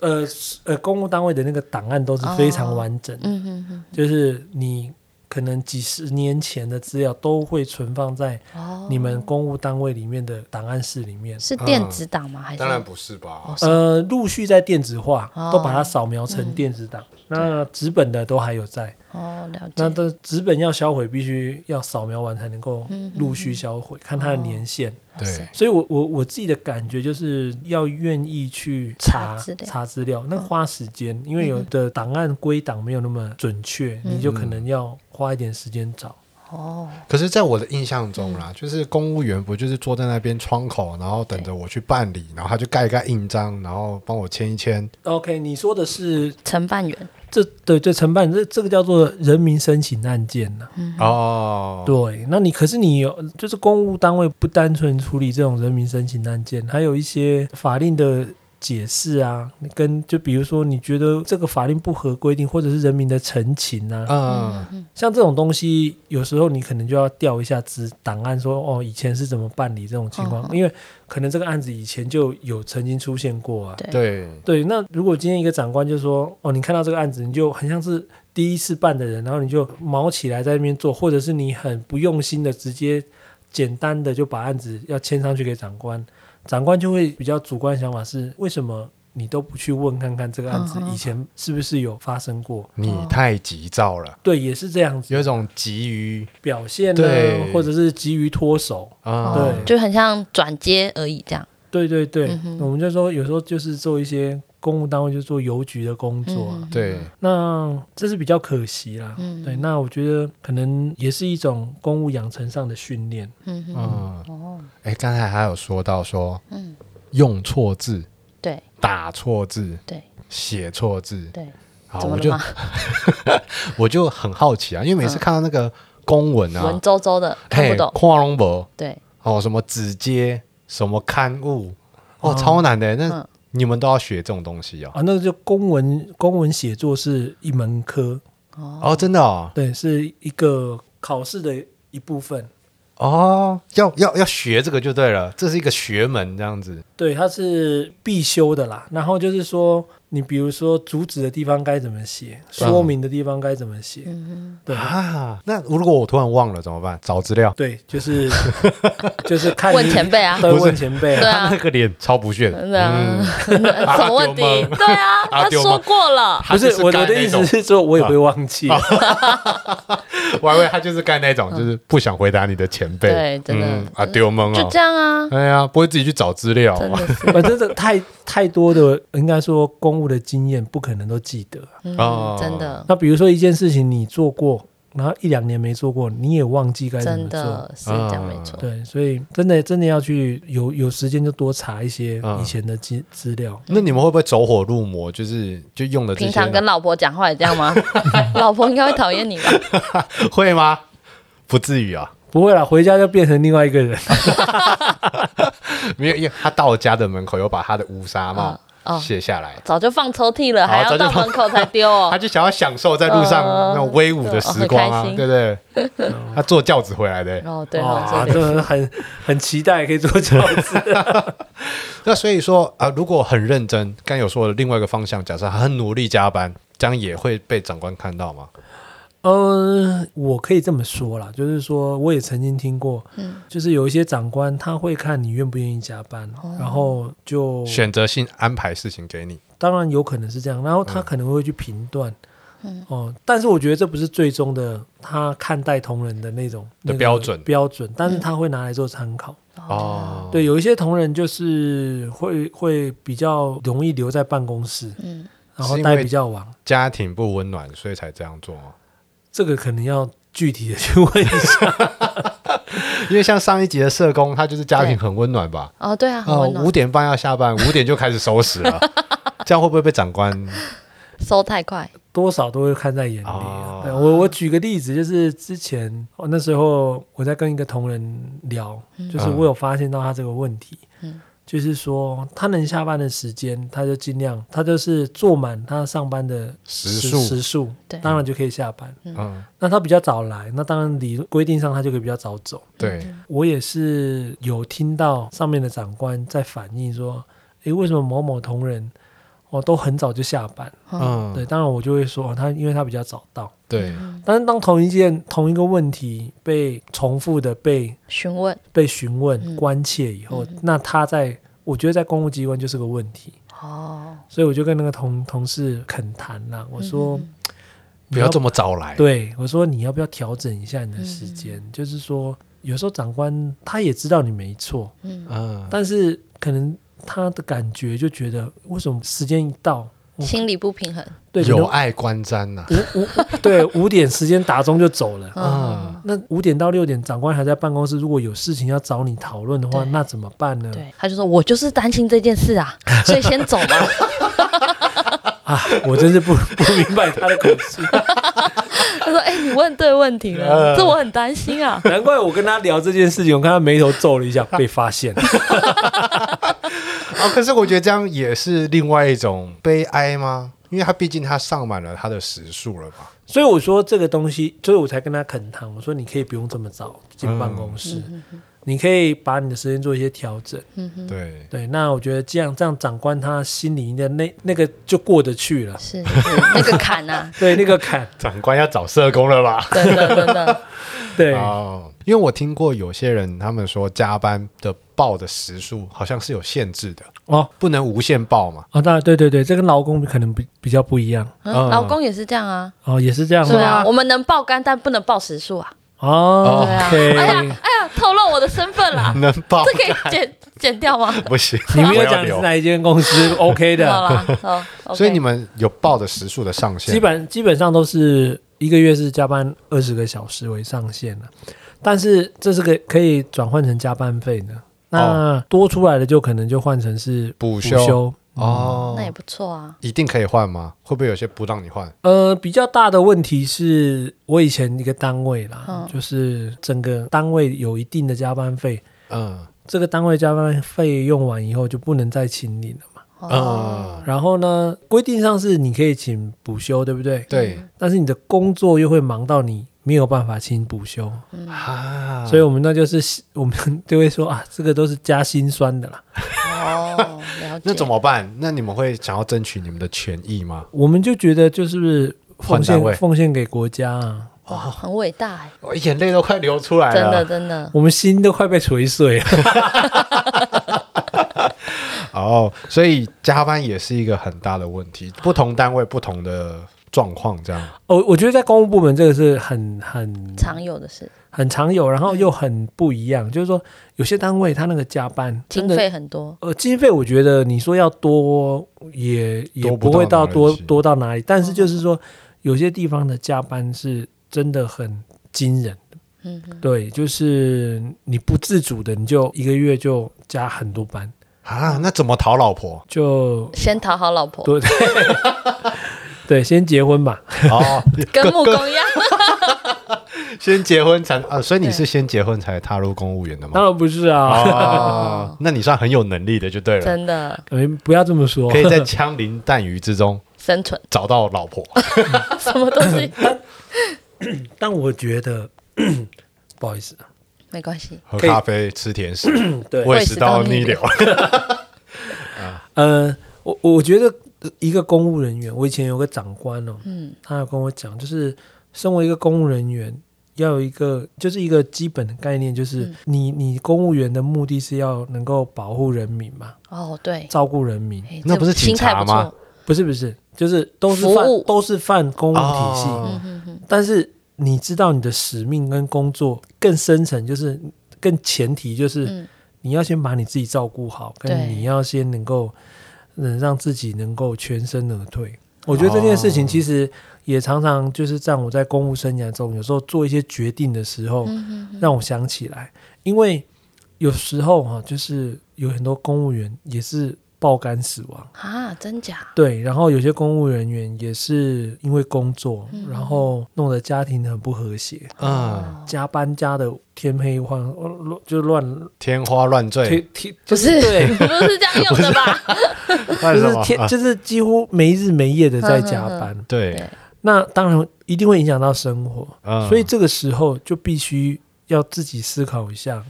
Speaker 3: 呃呃，公务单位的那个档案都是非常完整的，
Speaker 1: 嗯嗯嗯，
Speaker 3: 就是你可能几十年前的资料都会存放在
Speaker 1: 哦，
Speaker 3: 你们公务单位里面的档案室里面。
Speaker 1: 是电子档吗？还是
Speaker 2: [laughs] 当然不是吧？
Speaker 3: 呃，陆续在电子化
Speaker 1: 哦，嗯
Speaker 3: 都把它扫描成电子档。那纸本的都还有在，
Speaker 1: 哦，了解。
Speaker 3: 那的纸本要销毁，必须要扫描完才能够
Speaker 1: 嗯
Speaker 3: 陆续销毁，看
Speaker 1: 哦
Speaker 3: 它的年限。
Speaker 2: 对，
Speaker 3: 所以我，我我自己的感觉就是要愿意去
Speaker 1: 查
Speaker 3: 查
Speaker 1: 资料嗯
Speaker 3: 查资料，那花时间，因为有的档案归档没有那么准确，
Speaker 1: 嗯
Speaker 3: 你就可能要花一点时间找。
Speaker 1: 哦，
Speaker 2: 可是，在我的印象中
Speaker 1: 嗯
Speaker 2: 啦，就是公务员不就是坐在那边窗口，然后等着我去办理，然后他就盖一盖印章，然后帮我签一签。
Speaker 3: OK，你说的是
Speaker 1: 承办员
Speaker 3: 这对对承办这这个叫做人民申请案件呐、
Speaker 1: 嗯
Speaker 2: 哦，
Speaker 3: 对，那你可是你有就是公务单位不单纯处理这种人民申请案件，还有一些法令的解释啊，你跟就比如说你觉得这个法令不合规定，或者是人民的陈情啊，
Speaker 2: 嗯，
Speaker 3: 像这种东西，有时候你可能就要调一下资档案说，哦，以前是怎么办理这种情况，因为可能这个案子以前就有曾经出现过啊。
Speaker 1: 对
Speaker 2: 对，
Speaker 3: 对，那如果今天一个长官就说，哦，你看到这个案子，你就很像是第一次办的人，然后你就毛起来在那边做，或者是你很不用心的直接简单的就把案子要签上去给长官，长官就会比较主观想法是，为什么你都不去问看看这个案子
Speaker 1: 嗯哼
Speaker 3: 以前是不是有发生过？
Speaker 2: 你太急躁了，
Speaker 3: 对，也是这样子，
Speaker 2: 有一种急于
Speaker 3: 表现呢
Speaker 2: 对，
Speaker 3: 或者是急于脱手。
Speaker 2: 啊，
Speaker 1: 哦
Speaker 3: 对
Speaker 1: 就很像转接而已这样。
Speaker 3: 对对对，
Speaker 1: 嗯哼
Speaker 3: 我们就说有时候就是做一些公务单位就做邮局的工作啊，
Speaker 1: 嗯哼
Speaker 2: 对，
Speaker 3: 那这是比较可惜啦。
Speaker 1: 嗯
Speaker 3: 对，那我觉得可能也是一种公务养成上的训练。
Speaker 1: 嗯哼，
Speaker 2: 嗯，
Speaker 1: 哦，
Speaker 2: 哎，刚才还有说到说
Speaker 1: 嗯，
Speaker 2: 用错字、
Speaker 1: 对
Speaker 2: 打错字、
Speaker 1: 对
Speaker 2: 写错字，
Speaker 1: 对，
Speaker 2: 好，
Speaker 1: 怎么
Speaker 2: 我
Speaker 1: 了
Speaker 2: 就
Speaker 1: 吗？
Speaker 2: 我就很好奇啊，因为每次看到那个公文啊
Speaker 1: 文，绉绉的，看不懂。
Speaker 2: 跨龙博
Speaker 1: 对，
Speaker 2: 哦，什么纸接，什么刊物，哦，超难的，那
Speaker 1: 嗯
Speaker 2: 你们都要学这种东西哦。
Speaker 3: 啊，那就公文公文写作是一门科，
Speaker 2: 哦，真的哦，
Speaker 3: 对，是一个考试的一部分。
Speaker 2: 哦，要要要学这个就对了，这是一个学门这样子。
Speaker 3: 对，它是必修的啦。然后就是说，你比如说主旨的地方该怎么写，说明的地方该怎么写，
Speaker 1: 嗯
Speaker 3: 对
Speaker 2: 啊，那如果我突然忘了怎么办？找资料。
Speaker 3: 对，就是 [laughs] 就是看
Speaker 1: 问前辈啊
Speaker 3: 对，
Speaker 2: 不是
Speaker 3: 问前辈
Speaker 1: 对
Speaker 3: 啊，
Speaker 1: 啊
Speaker 2: [laughs] 他那个脸超不屑的，
Speaker 1: 真的啊， [laughs] 什么问题？
Speaker 2: [laughs] 啊丢吗
Speaker 1: 对啊，
Speaker 2: 啊
Speaker 1: 他
Speaker 2: 丢
Speaker 1: 说
Speaker 2: 吗
Speaker 1: 过了。
Speaker 2: 他
Speaker 3: 不
Speaker 2: 就是
Speaker 3: 我
Speaker 2: 干
Speaker 3: 我的
Speaker 2: 那
Speaker 3: 意
Speaker 2: 种啊
Speaker 3: 思是说，我也会忘记，
Speaker 2: 我还以为他就是干那种，就是不想回答你的前
Speaker 1: 嗯
Speaker 2: 辈，
Speaker 1: 对真的
Speaker 2: 嗯啊丢懵
Speaker 1: 就
Speaker 2: 哦
Speaker 1: 这，样啊， [laughs]
Speaker 2: 哎呀，不会自己去找资料
Speaker 1: 真
Speaker 2: 啊
Speaker 1: 的是，
Speaker 3: [laughs] 反正这太太多的，应该说公务的经验不可能都记得。啊
Speaker 1: 嗯
Speaker 2: 哦，
Speaker 1: 真的，
Speaker 3: 那比如说一件事情你做过，然后一两年没做过，你也忘记该怎
Speaker 1: 真
Speaker 3: 么做。
Speaker 1: 的是这样，没
Speaker 2: 哦
Speaker 1: 错。
Speaker 3: 对，所以真的真的要去有有时间就多查一些
Speaker 2: 嗯
Speaker 1: 啊
Speaker 3: 以前的资资料。
Speaker 2: [laughs] 那你们会不会走火入魔？就是就用的这
Speaker 1: 平
Speaker 2: 些
Speaker 1: 常跟老婆讲话也这样 [laughs] 吗？老婆应该会讨厌你 [laughs] 吧？
Speaker 2: [laughs] 会吗？不至于啊，
Speaker 3: 不会啦，回家就变成另外一个人。
Speaker 2: 没有，因为他到我家的门口，又把他的乌纱帽
Speaker 1: 嗯哦
Speaker 2: 卸下来，
Speaker 1: 早就放抽屉了，
Speaker 2: 哦
Speaker 1: 还要
Speaker 2: 早就
Speaker 1: 到
Speaker 2: 放啊
Speaker 1: 门口才丢哦
Speaker 2: [laughs] 他。就想要享受在路上
Speaker 1: 嗯
Speaker 2: 那种威武的时光啊
Speaker 1: 嗯很开，心
Speaker 2: 对不
Speaker 1: [laughs]
Speaker 2: 对？他坐轿子回来的欸，
Speaker 1: 哦，对哦，
Speaker 3: 哇，
Speaker 1: 真
Speaker 3: 真
Speaker 1: 的
Speaker 3: 的很很期待可以做教
Speaker 1: [laughs]
Speaker 3: 子。
Speaker 2: 那所以说啊、如果很认真，刚有说的另外一个方向，假设他很努力加班，这样也会被长官看到吗？
Speaker 3: 嗯，我可以这么说啦，就是说我也曾经听过，
Speaker 1: 嗯
Speaker 3: 就是有一些长官他会看你愿不愿意加班，
Speaker 1: 哦
Speaker 3: 然后就
Speaker 2: 选择性安排事情给你，嗯
Speaker 3: 当然有可能是这样，然后他可能会去评断，嗯，哦，但是我觉得这不是最终的他看待同仁的那种
Speaker 2: 的
Speaker 3: 那个
Speaker 2: 标准
Speaker 3: 标准，但是他会拿来做参考。
Speaker 2: 哦，
Speaker 3: 对，有一些同仁就是会会比较容易留在办公室，
Speaker 1: 嗯，
Speaker 3: 然后
Speaker 2: 是因
Speaker 3: 待
Speaker 2: 为
Speaker 3: 比较晚，
Speaker 2: 家庭不温暖，所以才这样做吗？
Speaker 3: 这个可能要具体的去问一下。
Speaker 2: 因为像上一集的社工，他就是家庭很温暖吧？
Speaker 1: 哦，对啊，很
Speaker 2: 哦，
Speaker 1: 温暖
Speaker 2: 五，点半要下班，五点就开始收拾了，这样会不会被长官？
Speaker 1: 收太快，
Speaker 3: 多少都会看在眼里、
Speaker 2: 哦
Speaker 3: 啊。对我我举个例子，就是之前哦那时候我在跟一个同仁聊，就是我有发现到他这个问题，
Speaker 1: 嗯
Speaker 3: 就是说他能下班的时间，他就尽量，他就是做满他上班的
Speaker 2: 时数
Speaker 3: 时数，
Speaker 1: 对
Speaker 3: 当然就可以下班。
Speaker 2: 嗯，
Speaker 3: 那他比较早来，那当然理规定上他就可以比较早走。
Speaker 2: 对，
Speaker 3: 我也是有听到上面的长官在反映说，诶，为什么某某同仁哦都很早就下班？
Speaker 2: 嗯，
Speaker 3: 对，当然我就会说、哦、他，因为他比较早到。
Speaker 2: 对，
Speaker 1: 嗯
Speaker 3: 但是当同一件同一个问题被重复的被
Speaker 1: 询问
Speaker 3: 被询问、关切以后，那他在我觉得在公务机关就是个问题，
Speaker 1: 哦，
Speaker 3: 所以我就跟那个同同事恳谈啦，
Speaker 1: 嗯
Speaker 3: 我说、
Speaker 2: 不要这么早来。
Speaker 3: 对，我说你要不要调整一下你的时间，就是说有时候长官他也知道你没错，
Speaker 2: 嗯，
Speaker 3: 但是可能他的感觉就觉得为什么时间一到，我
Speaker 1: 心理不平衡，
Speaker 3: 对，可能
Speaker 2: 有啊爱观瞻呐。
Speaker 3: 五五对五点时间打钟就走了。
Speaker 1: 嗯，
Speaker 3: 那五点到六点，长官还在办公室，如果有事情要找你讨论的话，
Speaker 1: 对
Speaker 3: 那怎么办呢？
Speaker 1: 对，他就说我就是担心这件事 [laughs] 啊，所以先走嘛。 [laughs]
Speaker 3: 啊，我真是不 [laughs] 不明白他的口气，
Speaker 1: 他说：“哎、你问对问题
Speaker 2: 嗯
Speaker 1: 了，这我很担心啊。
Speaker 3: 难怪我跟他聊这件事情，我看他眉头皱了一下，被发现
Speaker 1: [laughs]
Speaker 3: 了。
Speaker 2: 啊，可是我觉得这样也是另外一种悲哀吗？因为他毕竟他上满了他的时数了吧？
Speaker 3: 所以我说这个东西，所以我才跟他恳谈，我说你可以不用这么早进办公室，
Speaker 1: 嗯
Speaker 3: 你可以把你的时间做一些调整。
Speaker 1: 嗯
Speaker 2: 对，
Speaker 3: 对，那我觉得这样这样，长官他心里的那那个就过得去了”。
Speaker 1: 是是那个坎 [laughs] 啊，
Speaker 3: 对，那个坎，
Speaker 2: 长官要找社工了吧？
Speaker 1: 真的真 [laughs] 的，
Speaker 2: [laughs]
Speaker 3: 对，
Speaker 2: 哦，因为我听过有些人他们说加班的报的时数好像是有限制的，
Speaker 3: 哦
Speaker 2: 不能无限报嘛。
Speaker 3: 哦，当然，对对对，这跟劳工可能比比较不一样
Speaker 1: 嗯老公也是这样啊。
Speaker 3: 哦，也是这样
Speaker 1: 对
Speaker 3: 吗？
Speaker 1: 啊，我们能爆肝，但不能爆时数啊。
Speaker 3: 哦
Speaker 1: 对啊，
Speaker 3: ，OK，
Speaker 1: 哎呀哎呀，透露我的身份啦，
Speaker 2: [laughs] 能报
Speaker 1: [laughs] 这可以剪剪掉吗？
Speaker 2: 不行，
Speaker 3: 你没
Speaker 2: 我
Speaker 3: 有
Speaker 2: 要
Speaker 3: 讲是
Speaker 2: 留。
Speaker 3: 哪一间公
Speaker 2: [laughs]
Speaker 3: 司，OK
Speaker 1: 好
Speaker 3: 的，
Speaker 1: 啦，好，OK，
Speaker 2: 啊所以你们有报的时数的上限，
Speaker 3: 基本基本上都是一个月是加班二十个小时为上限了，但是这是个可以转换成加班费的，那多出来的就可能就换成是
Speaker 2: 哦补
Speaker 3: 补
Speaker 2: 休
Speaker 3: 休。
Speaker 2: 哦
Speaker 1: 那，也不错啊。
Speaker 2: 一定可以换吗？会不会有些不让你换？
Speaker 3: 呃，比较大的问题是我以前一个单位啦，
Speaker 1: 嗯
Speaker 3: 就是整个单位有一定的加班费，
Speaker 2: 嗯
Speaker 3: 这个单位加班费用完以后就不能再请你了嘛。
Speaker 1: 哦，
Speaker 2: 嗯，
Speaker 3: 然后呢，规定上是你可以请补休，对不对？
Speaker 2: 对
Speaker 3: 但是你的工作又会忙到你没有办法请补休，
Speaker 2: 啊，
Speaker 3: 所以我们那就是 [laughs] 我们就会说啊，这个都是加心酸的啦。
Speaker 1: 哦，了解。
Speaker 2: 嗯 [laughs] 那怎么办？那你们会想要争取你们的权益吗？
Speaker 3: 我们就觉得就是
Speaker 2: 换
Speaker 3: 奉
Speaker 2: 单位
Speaker 3: 献奉献给国家啊，
Speaker 1: 很伟大欸？
Speaker 2: 我眼泪都快流出来
Speaker 1: 真的
Speaker 2: 了。
Speaker 1: 真的，
Speaker 3: 我们心都快被捶碎了。 [laughs]
Speaker 2: 哦，所以加班也是一个很大的问题，不同单位不同的状况，这样
Speaker 3: 哦，我觉得在公务部门这个是很很
Speaker 1: 常有的事，
Speaker 3: 很常有，然后又很不一样，就是说有些单位他那个加班真
Speaker 1: 经
Speaker 3: 的。
Speaker 1: 费很多，
Speaker 3: 呃，经费我觉得你说要多也也
Speaker 2: 多不
Speaker 3: 不会
Speaker 2: 到哪
Speaker 3: 到
Speaker 2: 里
Speaker 3: 多
Speaker 2: 去
Speaker 3: 多到哪里，但是就是说有些地方的加班是真的很惊人，
Speaker 1: 嗯哼，
Speaker 3: 对，就是你不自主的，你就一个月就加很多班，
Speaker 2: 啊，那怎么讨老婆？
Speaker 3: 就
Speaker 1: 先讨好老婆，
Speaker 3: 对
Speaker 2: [laughs]
Speaker 3: 对，先结婚吧，
Speaker 2: 哦，
Speaker 1: 跟木工
Speaker 2: [laughs]
Speaker 1: 一样，
Speaker 2: 先结婚才啊，所以你是先结婚才踏入公务员的吗
Speaker 3: [laughs] 当？然不是啊，
Speaker 2: 哦，那你算很有能力的，就对了，
Speaker 1: 真的
Speaker 3: 哎，不要这么说
Speaker 2: 可，以在枪林弹雨之中
Speaker 1: 生存 [laughs]
Speaker 2: 找到老婆。
Speaker 1: 什么东西 [laughs]
Speaker 3: 但我觉得不好意思，
Speaker 1: 没关系，
Speaker 2: 喝
Speaker 3: 可以
Speaker 2: 咖啡、吃甜
Speaker 3: [clears throat]
Speaker 2: 食，
Speaker 3: 对
Speaker 2: 胃食道逆 [laughs] 流。
Speaker 3: 呃，我我觉得一个公务人员，我以前有个长官哦，
Speaker 1: 嗯，
Speaker 3: 他有跟我讲，就是身为一个公务人员，要有一个就是一个基本的概念，就是、
Speaker 1: 嗯
Speaker 3: 你你公务员的目的是要能够保护人民嘛，
Speaker 1: 哦，对，
Speaker 3: 照顾人民，
Speaker 1: 哎
Speaker 2: 那
Speaker 1: 这
Speaker 2: 不是警
Speaker 1: 心态
Speaker 2: 察
Speaker 1: 不错
Speaker 2: 吗？
Speaker 3: 不是不是，就是都是
Speaker 1: 服
Speaker 3: 犯
Speaker 1: 务
Speaker 3: 都是犯公务体系，
Speaker 2: 哦
Speaker 1: 嗯哼哼，
Speaker 3: 但是你知道你的使命跟工作更深层，就是更前提就是
Speaker 1: 嗯，
Speaker 3: 你要先把你自己照顾好，
Speaker 1: 对
Speaker 3: 跟你要先能够能让自己能够全身而退。我觉得这件事情
Speaker 2: 哦
Speaker 3: 其实也常常就是在我在公务生涯中，有时候做一些决定的时候，
Speaker 1: 嗯哼哼
Speaker 3: 让我想起来，因为有时候哈、就是有很多公务员也是爆肝死亡。
Speaker 1: 啊，真假？
Speaker 3: 对，然后有些公务人员也是因为工作，
Speaker 1: 嗯
Speaker 3: 然后弄得家庭很不和谐，
Speaker 2: 嗯，
Speaker 1: 哦
Speaker 3: 加班加的天黑换呃乱就乱
Speaker 2: 天花乱坠， [laughs]
Speaker 3: 天天
Speaker 1: 不是，
Speaker 3: 对，
Speaker 1: 不是这样用的
Speaker 3: [laughs]
Speaker 1: 吧？
Speaker 2: 乱
Speaker 3: 就
Speaker 2: 什
Speaker 3: 是
Speaker 2: 么
Speaker 3: 天
Speaker 2: 啊
Speaker 3: 就是几乎没日没夜的在加
Speaker 1: 嗯嗯
Speaker 3: 班，
Speaker 2: 对，
Speaker 3: 那当然一定会影响到生活，
Speaker 2: 嗯
Speaker 3: 所以这个时候就必须要自己思考一下，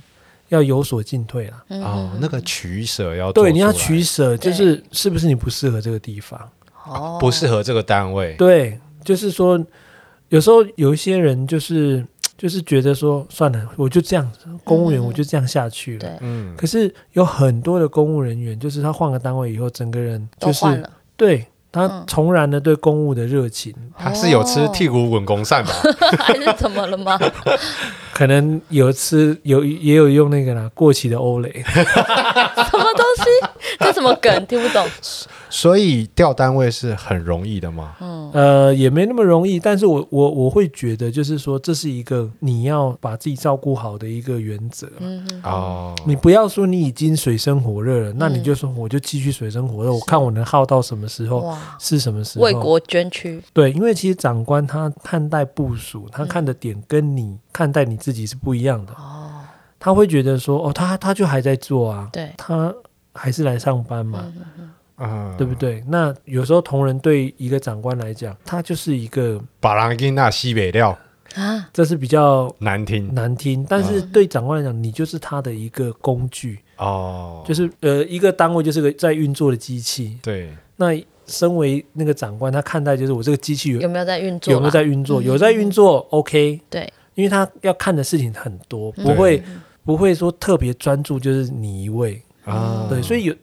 Speaker 3: 要有所进退啦。
Speaker 1: 嗯
Speaker 2: 哦，那个取舍要做
Speaker 3: 对，你要
Speaker 2: 出来
Speaker 3: 取舍，就
Speaker 1: 对
Speaker 3: 是是不是你不适合这个地方。
Speaker 1: 哦
Speaker 2: 不适合这个单位，
Speaker 3: 对，就是说，有时候有一些人就是就是觉得说，算了，我就这样，公务员
Speaker 1: 嗯
Speaker 3: 我就这样下去了。
Speaker 1: 对
Speaker 2: 嗯，
Speaker 3: 可是有很多的公务人员，就是他换个单位以后，整个人
Speaker 1: 都
Speaker 3: 就
Speaker 1: 换
Speaker 3: 是
Speaker 1: 了， [laughs]
Speaker 3: 对他
Speaker 1: 嗯
Speaker 3: 重燃了对公务的热情，
Speaker 2: 他是有吃
Speaker 1: 哦
Speaker 2: 剔骨滚弓散吧？
Speaker 1: 还是怎么了
Speaker 3: [laughs]
Speaker 1: 吗？
Speaker 3: 可能有吃有也有用那个啦，过期的欧蕾，
Speaker 1: 什么东西？这什么梗？听不懂。
Speaker 2: [laughs] 所以调单位是很容易的嘛？
Speaker 1: 嗯，
Speaker 3: [laughs] 呃，也没那么容易。但是我我我会觉得，就是说，这是一个你要把自己照顾好的一个原则。
Speaker 1: 嗯哼，
Speaker 2: 哦，
Speaker 3: 你不要说你已经水深火热了，那
Speaker 1: 嗯
Speaker 3: 你就说我就继续水深火热，我看我能耗到什么时候，
Speaker 1: 哇，
Speaker 3: 是什么时
Speaker 1: 为
Speaker 3: 候。
Speaker 1: 国捐躯，
Speaker 3: 对，因为其实长官他看待部署，
Speaker 1: 嗯
Speaker 3: 他看的点跟你看待你自己是不一样的。
Speaker 1: 哦，
Speaker 3: 他会觉得说，哦，他他就还在做啊，
Speaker 1: 对，嗯
Speaker 3: 他还是来上班嘛，
Speaker 2: 嗯，
Speaker 3: 对不对？那有时候同仁对一个长官来讲，他就是一个，
Speaker 2: 把狼给那西北料
Speaker 1: 啊，
Speaker 3: 这是比较
Speaker 2: 难听
Speaker 3: 难听，但是对长官来讲，你就是他的一个工具，
Speaker 2: 哦，
Speaker 3: 就是呃，一个单位就是个在运作的机器，
Speaker 2: 对，
Speaker 3: 那身为那个长官，他看待就是我这个机器有
Speaker 1: 有没有在运作？
Speaker 3: 有没有？在运作，
Speaker 1: 嗯
Speaker 3: 有在运作，OK，
Speaker 1: 对，
Speaker 3: 因为他要看的事情很多，
Speaker 1: 嗯
Speaker 3: 不会不会说特别专注就是你一位，
Speaker 2: 啊，
Speaker 3: 对，所以有。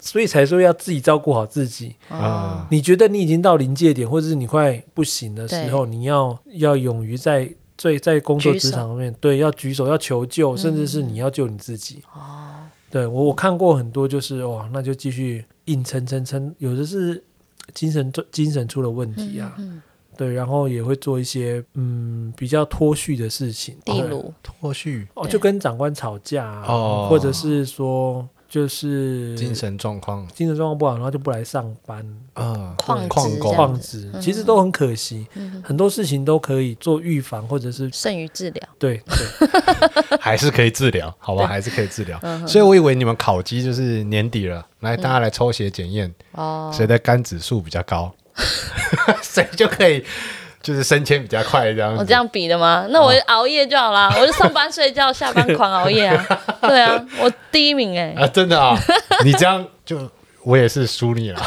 Speaker 3: 所以才说要自己照顾好自己。
Speaker 1: 哦，
Speaker 3: 你觉得你已经到临界点，或者是你快不行的时候，你要要勇于在最在工作
Speaker 1: 举手嗯
Speaker 3: 职场上面，对，要举手，要求救，甚至是你要救你自己。
Speaker 1: 哦，
Speaker 3: 对我我看过很多，就是哇，那就继续硬撑撑撑，有的是精神精神出了问题啊，
Speaker 1: 嗯，
Speaker 3: 对，然后也会做一些嗯比较脱序的事情，
Speaker 1: 例
Speaker 3: 对
Speaker 1: 如，
Speaker 2: 脱序
Speaker 3: 哦
Speaker 1: 对
Speaker 3: 就跟长官吵架、啊，
Speaker 2: 哦
Speaker 3: 或者是说就是
Speaker 2: 精神状况
Speaker 3: 精神状况不好，然后就不来上班，
Speaker 2: 啊，
Speaker 1: 旷
Speaker 2: 旷
Speaker 1: 职
Speaker 2: 工
Speaker 1: 这样
Speaker 3: 旷
Speaker 1: 子
Speaker 3: 职，
Speaker 1: 嗯
Speaker 3: 其实都很可惜，
Speaker 1: 嗯哼，
Speaker 3: 很多事情都可以做预防，或者是
Speaker 1: 剩余治疗，
Speaker 3: 对对，
Speaker 2: 还是可以治疗，好吧，
Speaker 1: 对
Speaker 2: 还是可以治疗。
Speaker 1: 嗯哼，
Speaker 2: 所以我以为你们考鸡就是年底了，来大家来抽血检验，
Speaker 1: 哦，
Speaker 2: 谁的肝指数比较高， [laughs] 谁就可以就是升迁比较快这样
Speaker 1: 我
Speaker 2: 子。
Speaker 1: 哦这样比的吗？那我
Speaker 3: 哦
Speaker 1: 就熬夜就好啦，我就上班睡觉，
Speaker 3: [laughs]
Speaker 1: 下班狂熬夜啊。对啊，我第一名哎、
Speaker 2: 啊，真的啊，你这样就我也是输你了。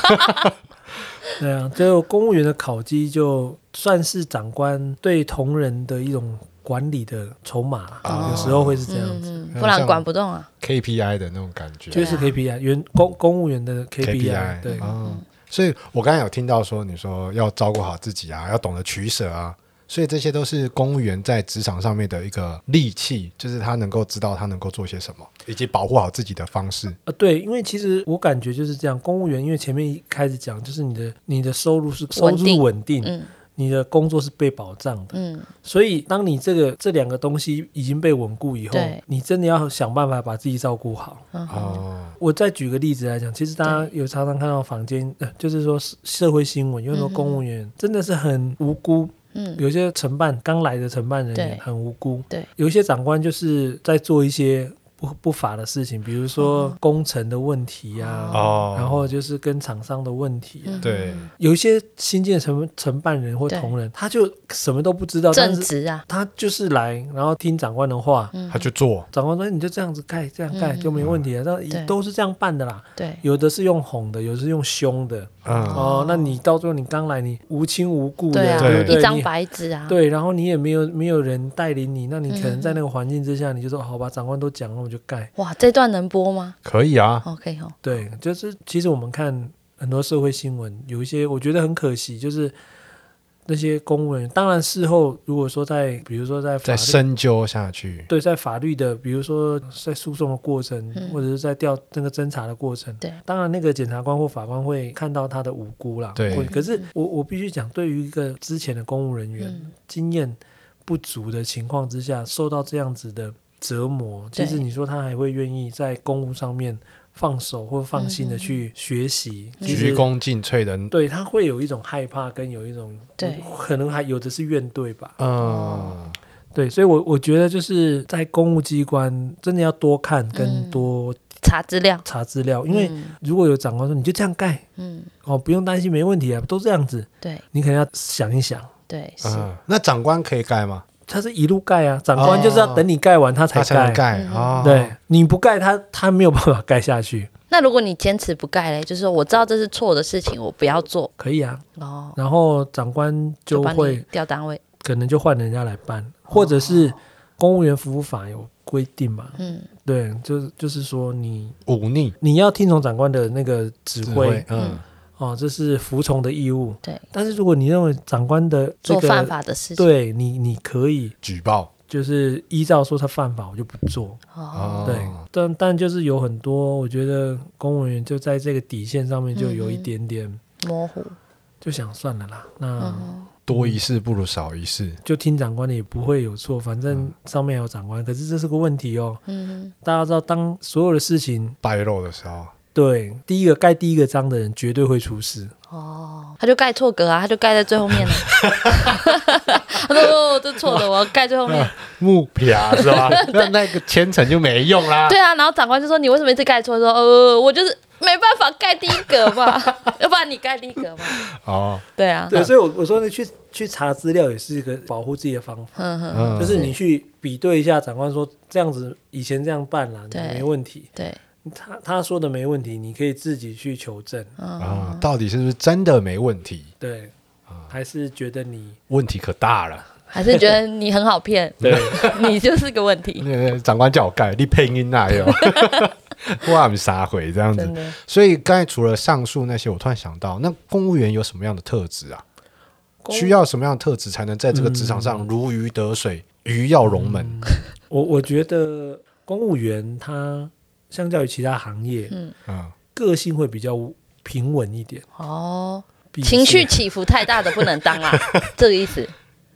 Speaker 2: [laughs]
Speaker 3: 对啊，就公务员的考绩就算是长官对同仁的一种管理的筹码啦，
Speaker 2: 哦
Speaker 3: 有时候会是这样
Speaker 1: 嗯
Speaker 3: 子，
Speaker 1: 嗯，不然管不动啊。
Speaker 2: KPI 的那种感
Speaker 1: 嗯
Speaker 2: 觉
Speaker 3: 就是 KPI 员公公务员的
Speaker 2: KPI
Speaker 3: KPI，对，
Speaker 2: 哦所以我刚才有听到说，你说要照顾好自己啊，要懂得取舍啊，所以这些都是公务员在职场上面的一个利器，就是他能够知道他能够做些什么，以及保护好自己的方式。
Speaker 3: 呃，对，因为其实我感觉就是这样，公务员因为前面一开始讲，就是你的你的收入是收入是
Speaker 1: 定
Speaker 3: 稳定，
Speaker 1: 嗯
Speaker 3: 你的工作是被保障的，
Speaker 1: 嗯，
Speaker 3: 所以当你这个这两个东西已经被稳固以后
Speaker 1: 对，
Speaker 3: 你真的要想办法把自己照顾好。
Speaker 1: 嗯哼
Speaker 2: 哦，
Speaker 3: 我再举个例子来讲，其实大家有常常看到坊间，呃、就是说社社会新闻，有很多
Speaker 1: 嗯哼
Speaker 3: 公务员真的是很无辜，
Speaker 1: 嗯，
Speaker 3: 有些承办刚来的承办人
Speaker 1: 对
Speaker 3: 员很无辜，
Speaker 1: 对，
Speaker 3: 有一些长官就是在做一些不不法的事情，比如
Speaker 1: 嗯
Speaker 3: 说工程的问题啊，
Speaker 2: 哦
Speaker 3: 然后就是跟厂商的问题啊。
Speaker 1: 嗯
Speaker 2: 对，
Speaker 3: 有一些新建承承办人或
Speaker 1: 对
Speaker 3: 同仁，他就什么都不知道，但
Speaker 1: 正
Speaker 3: 是
Speaker 1: 直啊，
Speaker 3: 他就是来，然后听长官的话，
Speaker 2: 他去做，
Speaker 3: 长官说你就这样子盖，这样盖
Speaker 1: 嗯
Speaker 3: 就没问题了。那、
Speaker 1: 对
Speaker 3: 都是这样办的啦，
Speaker 1: 对，
Speaker 3: 有的是用哄的，有的是用凶的。
Speaker 2: 嗯，
Speaker 3: 哦，那你到最后你刚来，你无亲无故的，
Speaker 1: 对啊，
Speaker 2: 对
Speaker 3: 不对
Speaker 1: 一张
Speaker 3: 你
Speaker 1: 白纸啊，嗯
Speaker 3: 对，然后你也没有没有人带领你，那你可能在那个环境之下，你就说好吧，长官都讲了，我就盖。
Speaker 1: 哇，这段能播吗
Speaker 2: 可以啊，
Speaker 1: ？OK 哦，
Speaker 3: 对，就是其实我们看很多社会新闻，有一些我觉得很可惜，就是那些公务人员，当然事后如果说在，比如说在法
Speaker 2: 再
Speaker 3: 律。
Speaker 2: 深究下去，
Speaker 3: 对，在法律的，比如说在诉讼的过程，
Speaker 1: 嗯
Speaker 3: 或者是在调那个侦查的过程，
Speaker 1: 对，
Speaker 3: 当然那个检察官或法官会看到他的无辜啦。
Speaker 2: 对
Speaker 3: 会
Speaker 1: 嗯
Speaker 3: 可是我我必须讲，对于一个之前的公务人员，
Speaker 1: 嗯
Speaker 3: 经验不足的情况之下，受到这样子的折磨，其
Speaker 1: 对
Speaker 3: 实你说他还会愿意在公务上面放手或放心
Speaker 1: 嗯
Speaker 3: 的去学习，其
Speaker 2: 鞠
Speaker 3: 实
Speaker 2: 躬尽瘁的，嗯、
Speaker 3: 对他会有一种害怕，跟有一种
Speaker 1: 对
Speaker 3: 可能还有的是怨怼吧。
Speaker 2: 嗯
Speaker 3: 哦对，所以我我觉得就是在公务机关真的要多看跟
Speaker 1: 嗯
Speaker 3: 多
Speaker 1: 查资料，
Speaker 3: 查资料，因为
Speaker 1: 嗯
Speaker 3: 如果有长官说你就这样盖
Speaker 1: 嗯，
Speaker 3: 哦，不用担心没问题啊，都这样子，
Speaker 1: 对
Speaker 3: 你可能要想一想。
Speaker 1: 对
Speaker 3: 啊
Speaker 1: 是，
Speaker 2: 嗯，那长官可以盖吗？
Speaker 3: 他是一路盖啊，长官就是要等你盖完他
Speaker 2: 哦
Speaker 3: 才
Speaker 2: 他才能
Speaker 3: 盖。
Speaker 2: 盖
Speaker 1: 嗯
Speaker 2: 啊，哦
Speaker 3: 对，你不盖他，他没有办法盖下去。
Speaker 1: 那如果你坚持不盖嘞，就是说我知道这是错的事情，我不要做
Speaker 3: 可以啊，
Speaker 1: 哦，
Speaker 3: 然后长官就
Speaker 1: 把你
Speaker 3: 会
Speaker 1: 调单位，
Speaker 3: 可能就换人家来办，或者是
Speaker 1: 哦
Speaker 3: 公务员服务法有规定嘛，
Speaker 1: 嗯，
Speaker 3: 对，就是就是说你
Speaker 2: 忤逆
Speaker 3: 你要听从长官的那个指
Speaker 2: 指
Speaker 3: 挥
Speaker 2: 挥，嗯，
Speaker 3: 哦，这是服从的义务。
Speaker 1: 对，
Speaker 3: 但是如果你认为长官的这
Speaker 1: 做
Speaker 3: 个
Speaker 1: 犯法的事情，
Speaker 3: 对你你可以
Speaker 2: 举报
Speaker 3: 就是依照说他犯法，我就不做，
Speaker 1: 哦，
Speaker 3: 对，但但就是有很多，我觉得公务员就在这个底线上面就有
Speaker 1: 嗯
Speaker 3: 一
Speaker 1: 哼
Speaker 3: 点点，
Speaker 1: 模糊，
Speaker 3: 就想算了啦，那
Speaker 1: 嗯，
Speaker 2: 多一事不如少一事，
Speaker 3: 就听长官的也不会有错，反正上面有长官。可是这是个问题哦，
Speaker 1: 嗯
Speaker 3: 大家知道，当所有的事情
Speaker 2: 败露的时候，
Speaker 3: 对第一个盖第一个章的人绝对会出事，
Speaker 1: 哦，他就盖错格啊，他就盖在最后
Speaker 3: [laughs]
Speaker 1: 面了。他说：“哦，这错的，我要盖最后面。
Speaker 2: 木撇是 [laughs] 吧？那那个千层就没用啦”。
Speaker 1: 对啊，然后长官就说：“你为什么一直盖错？”说：“呃，我就是没办法盖第一格嘛，要不然你盖第一格嘛。
Speaker 2: 哦，”
Speaker 1: 对啊，
Speaker 3: 对，所以我我说呢，去去查资料也是一个保护自己的方法，
Speaker 1: 哼哼，
Speaker 2: 嗯，
Speaker 3: 就是你去比对一下长官说这样子以前这样办啦，你
Speaker 1: 对
Speaker 3: 没问题，
Speaker 1: 对，
Speaker 3: 他他说的没问题，你可以自己去求证，
Speaker 1: 嗯
Speaker 2: 啊，到底是不是真的没问题？
Speaker 3: 对，还是觉得你
Speaker 2: 问题可大了。
Speaker 1: 还是觉得你很好骗，
Speaker 3: 对。
Speaker 1: [laughs] 你就是个问题，
Speaker 2: 那个长官叫我盖，你配音啊哎那
Speaker 1: [laughs]
Speaker 2: 有，我很傻回这样
Speaker 1: 真
Speaker 2: 子。
Speaker 1: 的。
Speaker 2: 所以刚才除了上述那些，我突然想到，那公务员有什么样的特质啊？
Speaker 3: 公
Speaker 2: 需要什么样的特质才能在这个职场
Speaker 1: 嗯
Speaker 2: 上如鱼得水、鱼跃龙门？
Speaker 3: 我我觉得公务员他相较于其他行业，
Speaker 1: 嗯
Speaker 2: 嗯，
Speaker 3: 个性会比较平稳一点，
Speaker 1: 哦，
Speaker 3: 比
Speaker 1: 情绪
Speaker 3: 起
Speaker 1: 起伏太大的不能当啦，这个意思，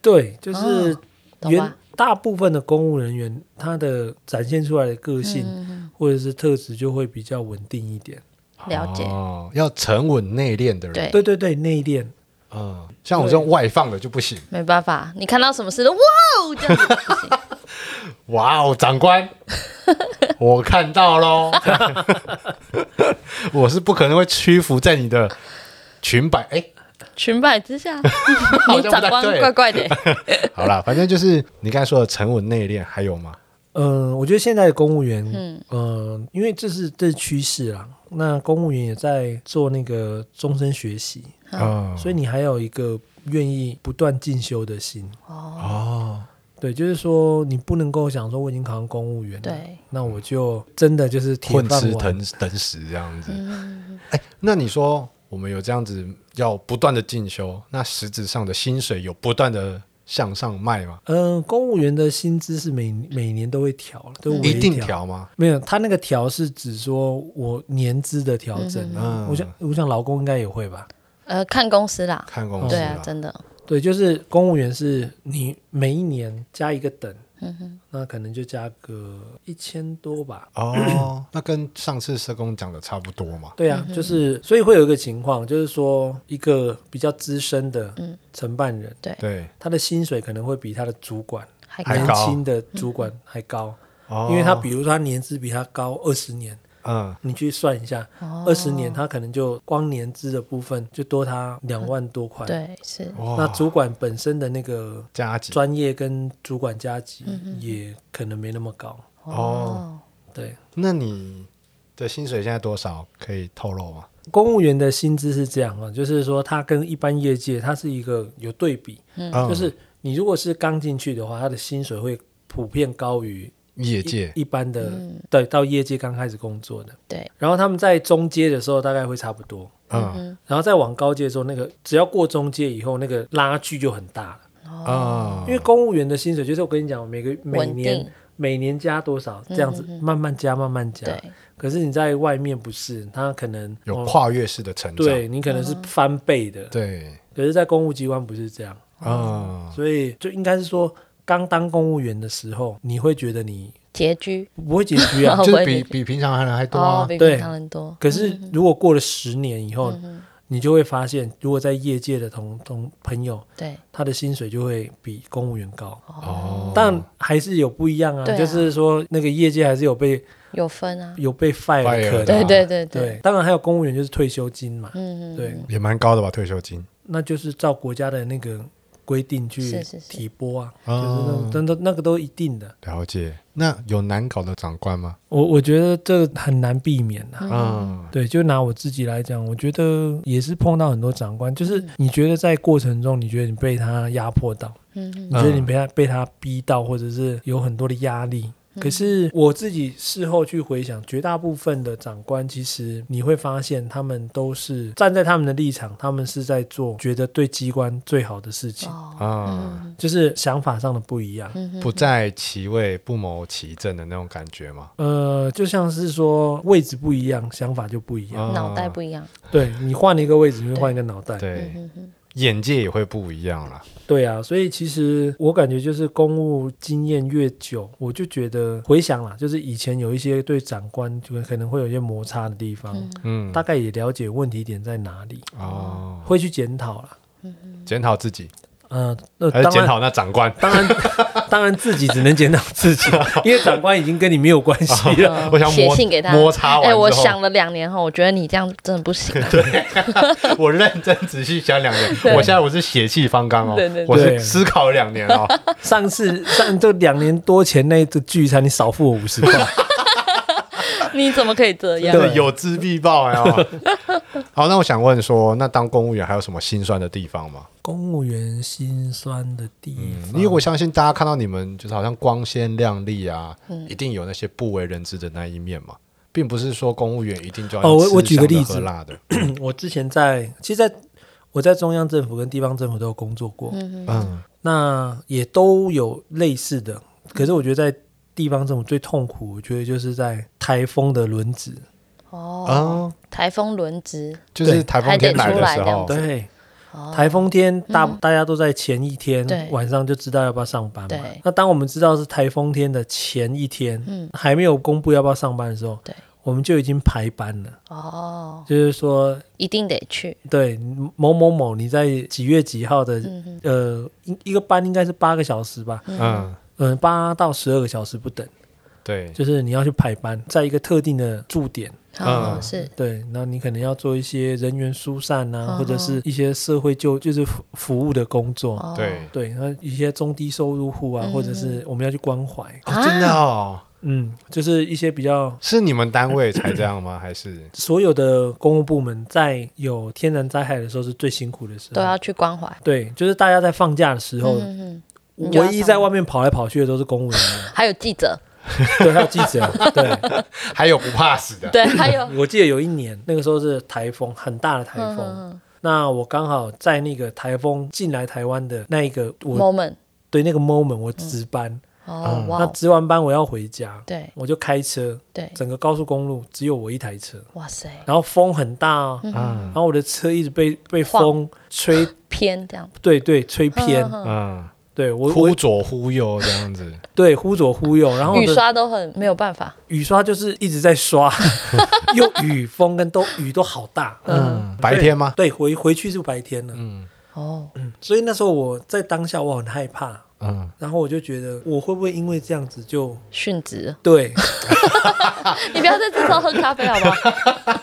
Speaker 3: 对，就是
Speaker 1: 哦懂
Speaker 3: 原
Speaker 1: 吧？
Speaker 3: 大部分的公务人员他的展现出来的个性、
Speaker 1: 嗯，
Speaker 3: 或者是特质就会比较稳定一点。
Speaker 1: 了解
Speaker 2: 哦，要沉稳内敛的人。
Speaker 1: 对，
Speaker 3: 对对对，内敛。
Speaker 2: 嗯，像我这种外放的就不行。
Speaker 1: 没办法，你看到什么事都哇哦这样子不行。
Speaker 2: 哇哦，长 [laughs] 官，我看到喽， [laughs] 我是不可能会屈服在你的裙摆。哎、
Speaker 1: 裙摆之下，
Speaker 2: 好
Speaker 1: 你
Speaker 2: 像不
Speaker 1: 长
Speaker 2: 太
Speaker 1: 官
Speaker 2: 对
Speaker 1: 怪怪的。
Speaker 2: 好啦，反正就是你刚才说的沉稳内敛，还有吗？
Speaker 3: 嗯，我觉得现在的公务员，嗯
Speaker 1: 嗯、
Speaker 3: 因为这是这是趋势啦。那公务员也在做那个终身学习，
Speaker 2: 啊、
Speaker 3: 所以你还有一个愿意不断进修的心。
Speaker 1: 哦，
Speaker 2: 哦，
Speaker 3: 对，就是说你不能够想说我已经考上公务员了，
Speaker 1: [laughs] 对，
Speaker 3: 那我就真的就是铁
Speaker 2: 混
Speaker 3: 饭
Speaker 2: 吃
Speaker 3: 碗。
Speaker 2: 等等死这样子。
Speaker 1: 嗯，
Speaker 2: 哎、那你说我们有这样子要不断的进修，那实质上的薪水有不断的向上迈吗？
Speaker 3: 嗯、公务员的薪资是每每年都会调，都
Speaker 1: 嗯
Speaker 2: 一
Speaker 3: 微
Speaker 2: 定
Speaker 3: 调。
Speaker 2: 调吗？
Speaker 3: 没有，他那个调是指说我年资的调整啊
Speaker 1: 嗯。
Speaker 2: 嗯，
Speaker 3: 我想，我想劳工应该也会吧。
Speaker 1: 呃，看公司啦，
Speaker 2: 看公司
Speaker 1: 对
Speaker 2: 啦
Speaker 1: 啊，真的，
Speaker 3: 对，就是公务员是你每一年加一个等，
Speaker 1: 嗯哼，
Speaker 3: 那可能就加个一千多吧。
Speaker 2: 哦，那跟上次社工讲的差不多嘛。
Speaker 3: 对
Speaker 1: 嗯
Speaker 3: 啊，就是所以会有一个情况，就是说一个比较资深的
Speaker 1: 嗯
Speaker 3: 承办人，
Speaker 2: 对，
Speaker 3: 他的薪水可能会比他的主管
Speaker 1: 还
Speaker 2: 还
Speaker 1: 高嗯
Speaker 3: 年
Speaker 2: 高
Speaker 3: 轻的主管还高，
Speaker 2: 哦
Speaker 3: 因为他比如说他年资比他高二十年，
Speaker 2: 嗯，
Speaker 3: 你去算一下，
Speaker 1: 哦
Speaker 3: 二十、年他可能就光年资的部分就多他两万多块。
Speaker 1: 对，是
Speaker 2: 哇
Speaker 3: 那主管本身的那个
Speaker 2: 加急
Speaker 3: 专业跟主管加级
Speaker 1: 嗯
Speaker 3: 也可能没那么高。
Speaker 2: 哦。
Speaker 3: 对，
Speaker 2: 那你的薪水现在多少？可以透露吗？
Speaker 3: 公务员的薪资是这样啊，就是说他跟一般业界它是一个有对比，
Speaker 2: 嗯
Speaker 3: 就是你如果是刚进去的话，他的薪水会普遍高于
Speaker 2: 业
Speaker 3: 一
Speaker 2: 界
Speaker 3: 一般的，对，到业界刚开始工作的。
Speaker 1: 嗯对，
Speaker 3: 然后他们在中阶的时候大概会差不多，
Speaker 2: 嗯
Speaker 3: 然后再往高阶的时候，那个只要过中阶以后，那个拉距就很大了。
Speaker 2: 啊，
Speaker 3: 因为公务员的薪水就是我跟你讲，每个每
Speaker 1: 稳
Speaker 3: 年
Speaker 1: 定，嗯
Speaker 3: 每年加多少这样子，慢慢加，慢慢加。
Speaker 1: 对，
Speaker 3: 可是你在外面不是，他可能
Speaker 2: 有
Speaker 3: 哦
Speaker 2: 跨越式的成长，
Speaker 3: 对你可能
Speaker 1: 嗯
Speaker 3: 是翻倍的，
Speaker 2: 对
Speaker 3: 可是，在公务机关不是这样，
Speaker 2: 啊，
Speaker 3: 所以就应该是说，刚当公务员的时候，你会觉得你
Speaker 1: 拮据。
Speaker 3: 不会拮据啊
Speaker 1: [laughs]
Speaker 2: 就是比比平常人还多
Speaker 1: 哦
Speaker 2: 啊，，
Speaker 1: 比
Speaker 3: 对
Speaker 1: 平常人多。
Speaker 3: 可是，如果过了十年以
Speaker 1: 嗯
Speaker 3: 后，你就会发现，如果在业界的同同朋友，
Speaker 1: 对，
Speaker 3: 他的薪水就会比公务员高，
Speaker 2: 哦，
Speaker 3: 但还是有不一样啊。
Speaker 1: 对啊
Speaker 3: 就是说，那个业界还是有被
Speaker 1: 有分啊。
Speaker 3: 有被 fire 的
Speaker 2: Fire
Speaker 3: 可
Speaker 2: 的
Speaker 3: 能。
Speaker 1: 对
Speaker 2: 啊
Speaker 1: 对对
Speaker 3: 对
Speaker 1: 对，，
Speaker 3: 当然还有公务员就是退休金嘛，
Speaker 1: 嗯，嗯
Speaker 3: 对，
Speaker 2: 也蛮高的吧，退休金
Speaker 3: 那就是照国家的那个规定去
Speaker 1: 是是是
Speaker 3: 提拨啊，
Speaker 2: 哦
Speaker 3: 就是那真的那个都一定的。
Speaker 2: 了解。那有难搞的长官吗？
Speaker 3: 我我觉得这很难避免呐、
Speaker 2: 嗯，
Speaker 3: 对，就拿我自己来讲，我觉得也是碰到很多长官，就是你觉得在过程中，你觉得你被他压迫到，
Speaker 1: 嗯嗯
Speaker 3: 你觉得你被他、被他逼到，或者是有很多的压力。
Speaker 1: 嗯
Speaker 3: 可是我自己事后去回想，绝大部分的长官，其实你会发现，他们都是站在他们的立场，他们是在做觉得对机关最好的事情，
Speaker 1: 哦，
Speaker 2: 啊，
Speaker 3: 就是想法上的不一样。
Speaker 1: 嗯
Speaker 2: 不在其位不谋其政的那种感觉嘛，
Speaker 3: 呃，就像是说位置不一样，想法就不一样。
Speaker 1: 嗯，
Speaker 2: 啊
Speaker 1: 脑袋不一样，
Speaker 3: 对你换了一个位置，你会换一个脑袋。
Speaker 1: 嗯
Speaker 2: 对，
Speaker 1: 嗯嗯，
Speaker 2: 眼界也会不一样啦。
Speaker 3: 对啊，所以其实我感觉就是公务经验越久，我就觉得回想啦，就是以前有一些对长官就可能会有一些摩擦的地方，
Speaker 2: 嗯，
Speaker 3: 大概也了解问题点在哪里，
Speaker 2: 哦，
Speaker 3: 会去检讨啦。
Speaker 2: 检讨自己，
Speaker 3: 呃，那
Speaker 2: 还是
Speaker 3: 当
Speaker 2: 检
Speaker 3: 然，
Speaker 2: 讨那长官？
Speaker 3: 当然， [laughs] 当然自己只能检讨自
Speaker 2: [laughs]
Speaker 3: 己，因为长官已经跟你没有关系了。
Speaker 2: 我想
Speaker 1: 嗯写
Speaker 2: 摩
Speaker 1: 信给他
Speaker 2: 摩擦完之
Speaker 1: 哎，
Speaker 2: 后，
Speaker 1: 我想了两年后，我觉得你这样真的不
Speaker 2: [laughs]
Speaker 1: 行啊，
Speaker 2: 我认真仔细想两年，我现在我是血气方刚哦
Speaker 1: 对对对，
Speaker 2: 我是思考了两年哦，
Speaker 3: 上次上就两年多前那个聚餐，你少付我五十块。 [laughs]
Speaker 1: 你怎么可以这样？
Speaker 2: 对，有之必报哎哦。
Speaker 3: [laughs]
Speaker 2: 好，那我想问说，那当公务员还有什么心酸的地方吗？
Speaker 3: 公务员心酸的地方，
Speaker 2: 因为我相信大家看到你们就是好像光鲜亮丽啊，
Speaker 1: 嗯
Speaker 2: 一定有那些不为人知的那一面嘛，并不是说公务员一定就要
Speaker 3: 哦我
Speaker 2: 吃
Speaker 3: 我举
Speaker 2: 香的
Speaker 3: 个例
Speaker 2: 喝
Speaker 3: 子
Speaker 2: 辣的，
Speaker 3: 嗯我之前在，其实在我在中央政府跟地方政府都有工作过，
Speaker 2: 嗯
Speaker 3: 那也都有类似的。可是我觉得在地方政府最痛苦，我觉得就是在台风的轮值，
Speaker 1: 哦，
Speaker 2: 啊，
Speaker 1: 台风轮值，
Speaker 2: 就是
Speaker 3: 对
Speaker 2: 台风
Speaker 1: 还得
Speaker 2: 天来
Speaker 1: 出
Speaker 2: 的
Speaker 1: 来
Speaker 2: 时
Speaker 1: 这样
Speaker 2: 候，
Speaker 1: 子
Speaker 3: 对，
Speaker 1: 哦
Speaker 3: 台风天大、大家都在前一天
Speaker 1: 对
Speaker 3: 晚上就知道要不要上班嘛
Speaker 1: 对。
Speaker 3: 那当我们知道是台风天的前一天，
Speaker 1: 嗯
Speaker 3: 还没有公布要不要上班的时候，
Speaker 1: 对
Speaker 3: 我们就已经排班了，
Speaker 1: 哦，
Speaker 3: 就是说
Speaker 1: 一定得去，
Speaker 3: 对，某某某，你在几月几号的、
Speaker 1: 嗯
Speaker 3: 呃一一个班应该是八个小时吧，
Speaker 2: 嗯，
Speaker 3: 嗯，八到十二个小时不等，
Speaker 2: 对，
Speaker 3: 就是你要去排班，在一个特定的驻点，
Speaker 1: 嗯，
Speaker 2: 啊
Speaker 1: 是
Speaker 3: 对，那你可能要做一些人员疏散啊，
Speaker 1: 嗯
Speaker 3: 或者是一些社会救就是服服务的工作，
Speaker 1: 哦
Speaker 2: 对，
Speaker 3: 对，那一些中低收入户啊，
Speaker 1: 嗯
Speaker 3: 或者是我们要去关怀，
Speaker 1: 啊
Speaker 2: 哦，真的哦，
Speaker 3: 嗯，就是一些比较。
Speaker 2: 是你们单位才这样吗？还是
Speaker 3: 所有的公务部门在有天然灾害的时候是最辛苦的时候，
Speaker 1: 都要去关怀。
Speaker 3: 对，就是大家在放假的时候，
Speaker 1: 啊嗯嗯，你就要
Speaker 3: 唯一在外面跑来跑去的都是公务人员，
Speaker 1: 还有记者，
Speaker 3: 对，还有记者。
Speaker 1: [laughs]
Speaker 3: 对，
Speaker 2: 还有不怕死的？
Speaker 1: 对，还
Speaker 3: [laughs]
Speaker 1: 有嗯
Speaker 3: 我记得有一年，那个时候是台风，很大的台风。那我刚好在那个台风进来台湾的那一个，我
Speaker 1: moment。
Speaker 3: 对那个 moment 我值班，
Speaker 1: 哦，
Speaker 3: 那
Speaker 1: 哇，
Speaker 3: 值完班我要回家，
Speaker 1: 对
Speaker 3: 我就开车，
Speaker 1: 对，
Speaker 3: 整个高速公路只有我一台车，
Speaker 1: 哇塞，
Speaker 3: 然后风很大、哦，
Speaker 2: 嗯
Speaker 3: 然后我的车一直被被风吹，
Speaker 1: 偏这样
Speaker 3: 对对，吹偏，
Speaker 2: 嗯，
Speaker 3: 对我
Speaker 2: 忽
Speaker 3: 我
Speaker 2: 左忽右这样子，
Speaker 3: 对忽左忽右，然后我
Speaker 1: 雨
Speaker 3: 的
Speaker 1: 刷都很没有办法。
Speaker 3: 雨刷就是一直在刷，又雨风跟都雨都好大。
Speaker 2: 嗯，白天吗？
Speaker 3: 对，回回去是白天了，
Speaker 1: 哦，
Speaker 3: 所以那时候我在当下我很害怕，
Speaker 2: 嗯，
Speaker 3: 然后我就觉得我会不会因为这样子就
Speaker 1: 殉职，
Speaker 3: 对
Speaker 1: [laughs] 你不要在这时候喝咖啡好不好？